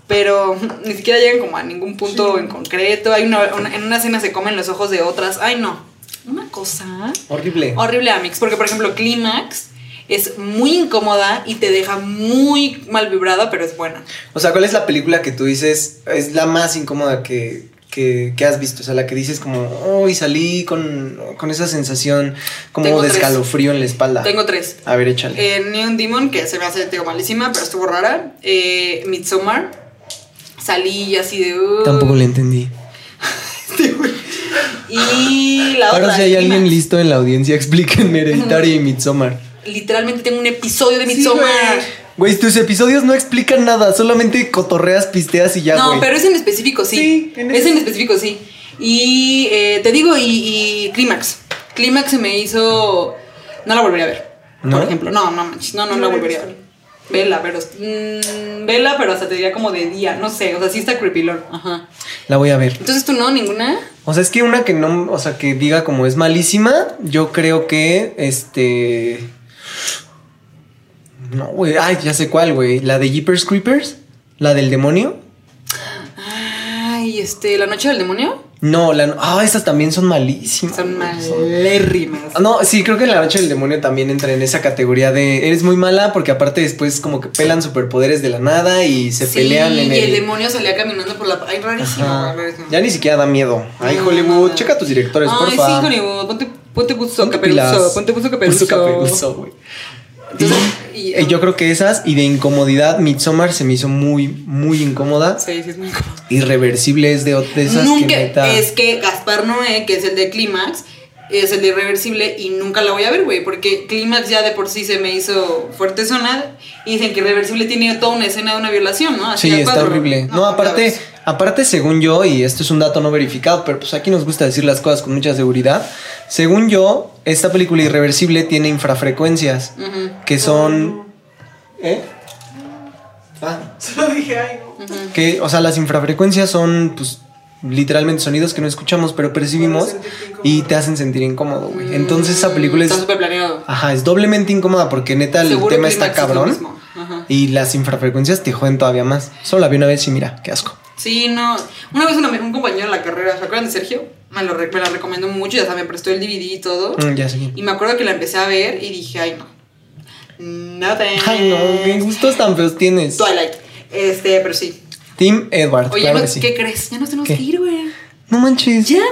Speaker 2: Pero ni siquiera llegan como a ningún punto en concreto. Hay una, una- en una escena se comen los ojos de otras. Ay, no. Una cosa
Speaker 3: Horrible.
Speaker 2: horrible Amix, porque por ejemplo Clímax es muy incómoda y te deja muy mal vibrada, pero es buena.
Speaker 3: O sea, ¿cuál es la película que tú dices es la más incómoda que, que, que has visto? O sea, la que dices como, uy, salí con, con esa sensación como
Speaker 2: Tengo
Speaker 3: de
Speaker 2: tres.
Speaker 3: escalofrío en la espalda.
Speaker 2: Tengo tres.
Speaker 3: A ver, échale.
Speaker 2: Eh, Neon Demon, que se me hace digo, malísima, pero estuvo rara. Eh, Midsommar. Salí así de. "Uh".
Speaker 3: Tampoco le entendí.
Speaker 2: Y la
Speaker 3: Ahora
Speaker 2: otra.
Speaker 3: si hay
Speaker 2: Climax.
Speaker 3: alguien listo en la audiencia, explíquenme Hereditario y Midsommar.
Speaker 2: Literalmente tengo un episodio de
Speaker 3: Sí,
Speaker 2: Midsommar.
Speaker 3: güey. Güey, tus episodios no explican nada, solamente cotorreas, pisteas y ya,
Speaker 2: no,
Speaker 3: güey.
Speaker 2: pero es en específico, sí.
Speaker 3: Sí, en
Speaker 2: es
Speaker 3: ese-
Speaker 2: en específico, sí. Y eh, te digo, y, y Clímax. Clímax se me hizo. No la volvería a ver.
Speaker 3: ¿No?
Speaker 2: Por ejemplo, no, no manches, no, no, la volvería a ver. Vela, pero. mm, vela, pero hasta te diría como de día. No sé, o sea, sí está creepilón. Ajá.
Speaker 3: La voy a ver.
Speaker 2: Entonces tú no, ninguna.
Speaker 3: O sea, es que una que no, o sea, que diga como es malísima, yo creo que este. No, güey. Ay, ya sé cuál, güey. La de Jeepers Creepers. La del demonio.
Speaker 2: Ay, este, la noche del demonio.
Speaker 3: No, la. no- Ah, esas también son malísimas.
Speaker 2: Son
Speaker 3: güey.
Speaker 2: malérrimas.
Speaker 3: No, sí, creo que La Noche del Demonio también entra en esa categoría de eres muy mala porque aparte después como que pelan superpoderes de la nada y se
Speaker 2: Sí,
Speaker 3: pelean en
Speaker 2: y
Speaker 3: el...
Speaker 2: el demonio salía caminando por la. Ay, rarísimo,
Speaker 3: Ajá.
Speaker 2: rarísimo.
Speaker 3: Ya ni siquiera da miedo. Ay,
Speaker 2: No,
Speaker 3: Hollywood,
Speaker 2: nada.
Speaker 3: checa tus directores,
Speaker 2: Ay,
Speaker 3: porfa.
Speaker 2: sí, Hollywood, ponte, ponte buzo,
Speaker 3: Ponte pilas.
Speaker 2: caperuzo, ponte buzo, caperuzo.
Speaker 3: Buzo caperuzo, güey.
Speaker 2: Entonces,
Speaker 3: Y-
Speaker 2: y-
Speaker 3: eh, yo creo que esas y de incomodidad, Midsommar se me hizo muy, muy incómoda.
Speaker 2: Sí, sí, es muy incómodo.
Speaker 3: Irreversible es de, de esas
Speaker 2: nunca,
Speaker 3: que neta-
Speaker 2: es que Gaspar Noé, que es el de Clímax, es el de Irreversible y nunca la voy a ver, güey, porque Clímax ya de por sí se me hizo fuerte sonar y dicen que Irreversible tiene toda una escena de una violación, ¿no? Así
Speaker 3: Sí,
Speaker 2: al
Speaker 3: está
Speaker 2: cuadro.
Speaker 3: horrible. No,
Speaker 2: la
Speaker 3: aparte,
Speaker 2: ves.
Speaker 3: aparte, según yo, y esto es un dato no verificado, pero pues aquí nos gusta decir las cosas con mucha seguridad. Según yo, esta película irreversible tiene infrafrecuencias
Speaker 2: Ujú.
Speaker 3: que son. ¿Eh? Ah.
Speaker 4: Solo dije, ay, no.
Speaker 3: Que, o sea, las infrafrecuencias son, pues, literalmente sonidos que no escuchamos, pero percibimos
Speaker 4: Para sentirte incómodo.
Speaker 3: y te hacen sentir incómodo, güey. Entonces, esa película es.
Speaker 2: Está Mm, súper planeado.
Speaker 3: Ajá, es doblemente incómoda porque neta el
Speaker 2: Seguro
Speaker 3: tema
Speaker 2: Clímax
Speaker 3: está
Speaker 2: es lo
Speaker 3: cabrón.
Speaker 2: mismo. Ajá.
Speaker 3: Y las infrafrecuencias te joden todavía más. Solo la vi una vez y mira, qué asco.
Speaker 2: Sí, no. Una vez una- un compañero en la carrera, ¿se acuerdan de Sergio? Me, lo, re- me la recomendó mucho, ya saben, prestó el DVD y todo.
Speaker 3: Mm, ya sé quién.
Speaker 2: Y me acuerdo que la empecé a ver y dije, ay, no. No thanks.
Speaker 3: Ay, no, qué gustos tan feos tienes.
Speaker 2: Twilight. Este, pero sí.
Speaker 3: Tim Edward,
Speaker 2: Oye,
Speaker 3: Ah, claro
Speaker 2: no-
Speaker 3: que sí.
Speaker 2: ¿qué crees? Ya nos tenemos
Speaker 3: ¿Qué?
Speaker 2: que ir, güey.
Speaker 3: No manches.
Speaker 2: Ya, güey.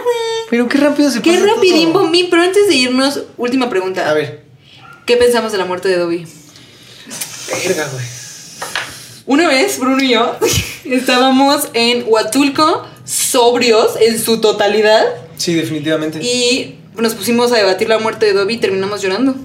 Speaker 3: Pero qué rápido se
Speaker 2: Qué
Speaker 3: pasa todo.
Speaker 2: rapidín, bombín. Pero antes de irnos, última pregunta.
Speaker 3: A ver.
Speaker 2: ¿Qué pensamos de la muerte de Dobby?
Speaker 3: Verga, güey.
Speaker 2: Una vez, Bruno y yo estábamos en Huatulco, sobrios en su totalidad.
Speaker 3: Sí, definitivamente.
Speaker 2: Y nos pusimos a debatir la muerte de Dobby y terminamos llorando.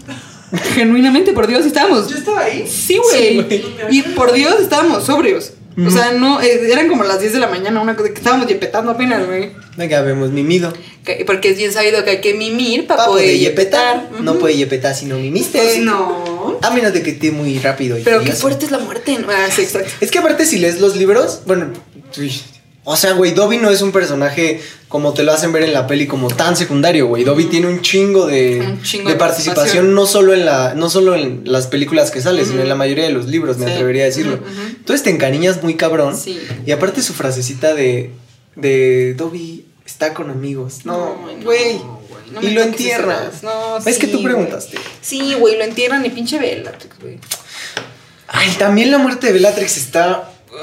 Speaker 2: Genuinamente, por Dios, estábamos.
Speaker 4: Yo estaba ahí.
Speaker 2: Sí, güey.
Speaker 3: Sí,
Speaker 4: güey.
Speaker 2: y por Dios, estábamos sobrios. O sea, no, eh, eran como las 10 de la mañana, una cosa que estábamos yepetando apenas, güey.
Speaker 3: Venga, vemos mimido.
Speaker 2: Que- Porque es bien sabido que hay que mimir para
Speaker 3: Papo
Speaker 2: poder
Speaker 3: de yepetar.
Speaker 2: yepetar.
Speaker 3: No
Speaker 2: Ujú.
Speaker 3: puede yepetar si no mimiste.
Speaker 2: Pues no.
Speaker 3: A menos de que esté muy rápido. y
Speaker 2: Pero qué
Speaker 3: furioso.
Speaker 2: fuerte es la muerte. ¿no? Ah, sí, exacto.
Speaker 3: Es que aparte si lees los libros, bueno, uy, o sea, güey, Dobby no es un personaje como te lo hacen ver en la peli como tan secundario, güey. Dobby tiene un chingo de,
Speaker 2: Un chingo
Speaker 3: de
Speaker 2: de
Speaker 3: participación,
Speaker 2: participación.
Speaker 3: no solo en la no solo en las películas que salen, sino en la mayoría de los libros, me
Speaker 2: Sí.
Speaker 3: atrevería a decirlo.
Speaker 2: Ujú, ujú.
Speaker 3: Entonces te encariñas muy cabrón.
Speaker 2: Sí.
Speaker 3: Y aparte su frasecita de de Dobby está con amigos. No,
Speaker 2: no,
Speaker 3: güey.
Speaker 2: güey, no
Speaker 3: y
Speaker 2: me toques
Speaker 3: lo
Speaker 2: esas
Speaker 3: entierras.
Speaker 2: cosas. No,
Speaker 3: es que
Speaker 2: sí,
Speaker 3: tú
Speaker 2: güey.
Speaker 3: preguntaste.
Speaker 2: Sí, güey, lo entierran y pinche vela, güey.
Speaker 3: Ay, también la muerte de Bellatrix está uh,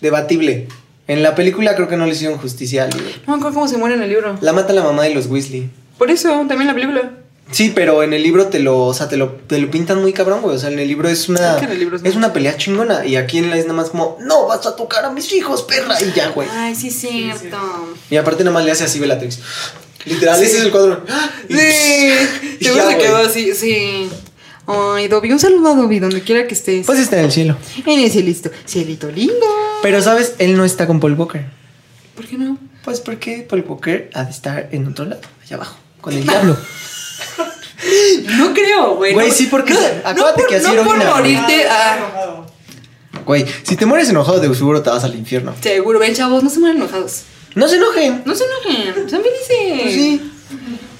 Speaker 3: debatible. En la película creo que no le hicieron justicia al libro.
Speaker 2: No me acuerdo cómo se muere en el libro.
Speaker 3: La mata la mamá de los Weasley.
Speaker 2: Por eso, también la película.
Speaker 3: Sí, pero en el libro te lo, o sea, te lo, te lo pintan muy cabrón, güey. O sea, en el libro es una,
Speaker 2: Es que en el libro es
Speaker 3: es una pelea chingona. Y aquí en la es nada más como, no, vas a tocar a mis hijos, perra. Y ya, güey.
Speaker 2: Ay, sí, cierto.
Speaker 3: Y aparte nada más le hace así Bellatrix. Literal, ese es el cuadro. ¡Ah! Y
Speaker 2: Sí,
Speaker 3: y
Speaker 2: seguro
Speaker 3: ya,
Speaker 2: se
Speaker 3: güey.
Speaker 2: quedó así, sí. Ay, Dobby, un saludo a Dobby, donde quiera que estés.
Speaker 3: Pues está en el cielo.
Speaker 2: en el cielito, cielito lindo.
Speaker 3: Pero, ¿sabes? Él no está con Paul Walker.
Speaker 2: ¿Por qué no?
Speaker 3: Pues porque Paul Walker ha de estar en otro lado, allá abajo, con el diablo.
Speaker 2: No creo, güey.
Speaker 3: Güey,
Speaker 2: no-
Speaker 3: sí, porque
Speaker 2: no,
Speaker 3: se-
Speaker 2: no
Speaker 3: acuérdate
Speaker 2: por-
Speaker 3: que así
Speaker 2: No por
Speaker 3: heroína, güey.
Speaker 2: morirte, ah,
Speaker 4: enojado.
Speaker 3: Güey, si te mueres enojado, de seguro te vas al infierno.
Speaker 2: seguro. Ven, chavos, no se mueran enojados.
Speaker 3: No se enojen.
Speaker 2: No se enojen, sean felices.
Speaker 3: Pues sí.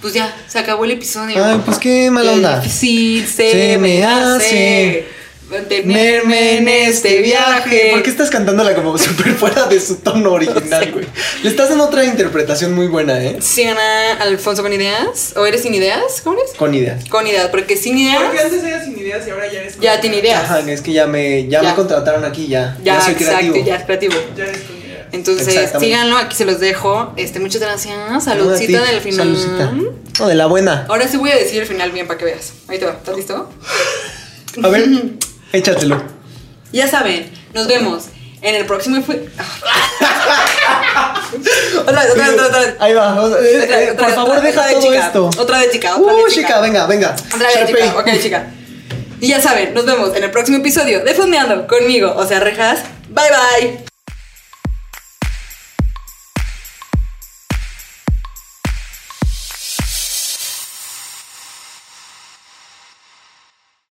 Speaker 2: Pues ya, se acabó el episodio. Eh,
Speaker 3: Ay, pues qué mala onda.
Speaker 2: Sí, se,
Speaker 3: Se me
Speaker 2: me
Speaker 3: hace
Speaker 2: hace mantenerme en este viaje.
Speaker 3: ¿Por qué estás cantándola como súper fuera de su tono original, güey? Le estás dando otra interpretación muy buena, ¿eh?
Speaker 2: Siana Alfonso con ideas. ¿O eres sin ideas? ¿Cómo eres?
Speaker 3: Con ideas.
Speaker 2: Con ideas, porque sin
Speaker 4: Porque
Speaker 2: ideas
Speaker 4: antes era sin ideas y ahora ya eres.
Speaker 2: ya tiene ideas.
Speaker 3: Ajá, es que ya me, ya
Speaker 2: Ya.
Speaker 3: me contrataron aquí, ya.
Speaker 2: Ya,
Speaker 3: Ya, soy
Speaker 2: exacto,
Speaker 3: creativo.
Speaker 2: ya es creativo.
Speaker 4: Ya eres con ideas.
Speaker 2: Entonces,
Speaker 3: Exactamente.
Speaker 2: síganlo, aquí se los dejo. Este, muchas gracias.
Speaker 3: No, a ti.
Speaker 2: Saludcita del final.
Speaker 3: Saludcita. No, de la buena.
Speaker 2: Ahora sí voy a decir el final bien para que veas. Ahí te va, ¿estás listo?
Speaker 3: A ver, échatelo.
Speaker 2: Ya saben, nos vemos en el próximo. epi- otra vez, otra vez, otra vez.
Speaker 3: Ahí va. o sea, eh,
Speaker 2: Otra vez,
Speaker 3: eh,
Speaker 2: otra
Speaker 3: Por
Speaker 2: vez,
Speaker 3: favor,
Speaker 2: otra vez,
Speaker 3: deja
Speaker 2: otra vez,
Speaker 3: todo
Speaker 2: chica.
Speaker 3: esto.
Speaker 2: Otra vez, chica. Otra
Speaker 3: Uh,
Speaker 2: vez,
Speaker 3: chica, venga, venga.
Speaker 2: Otra vez,
Speaker 3: Sharpay.
Speaker 2: chica. Ok, chica. Y ya saben, nos vemos en el próximo episodio de Fondeando conmigo, o sea, rejas. Bye, bye.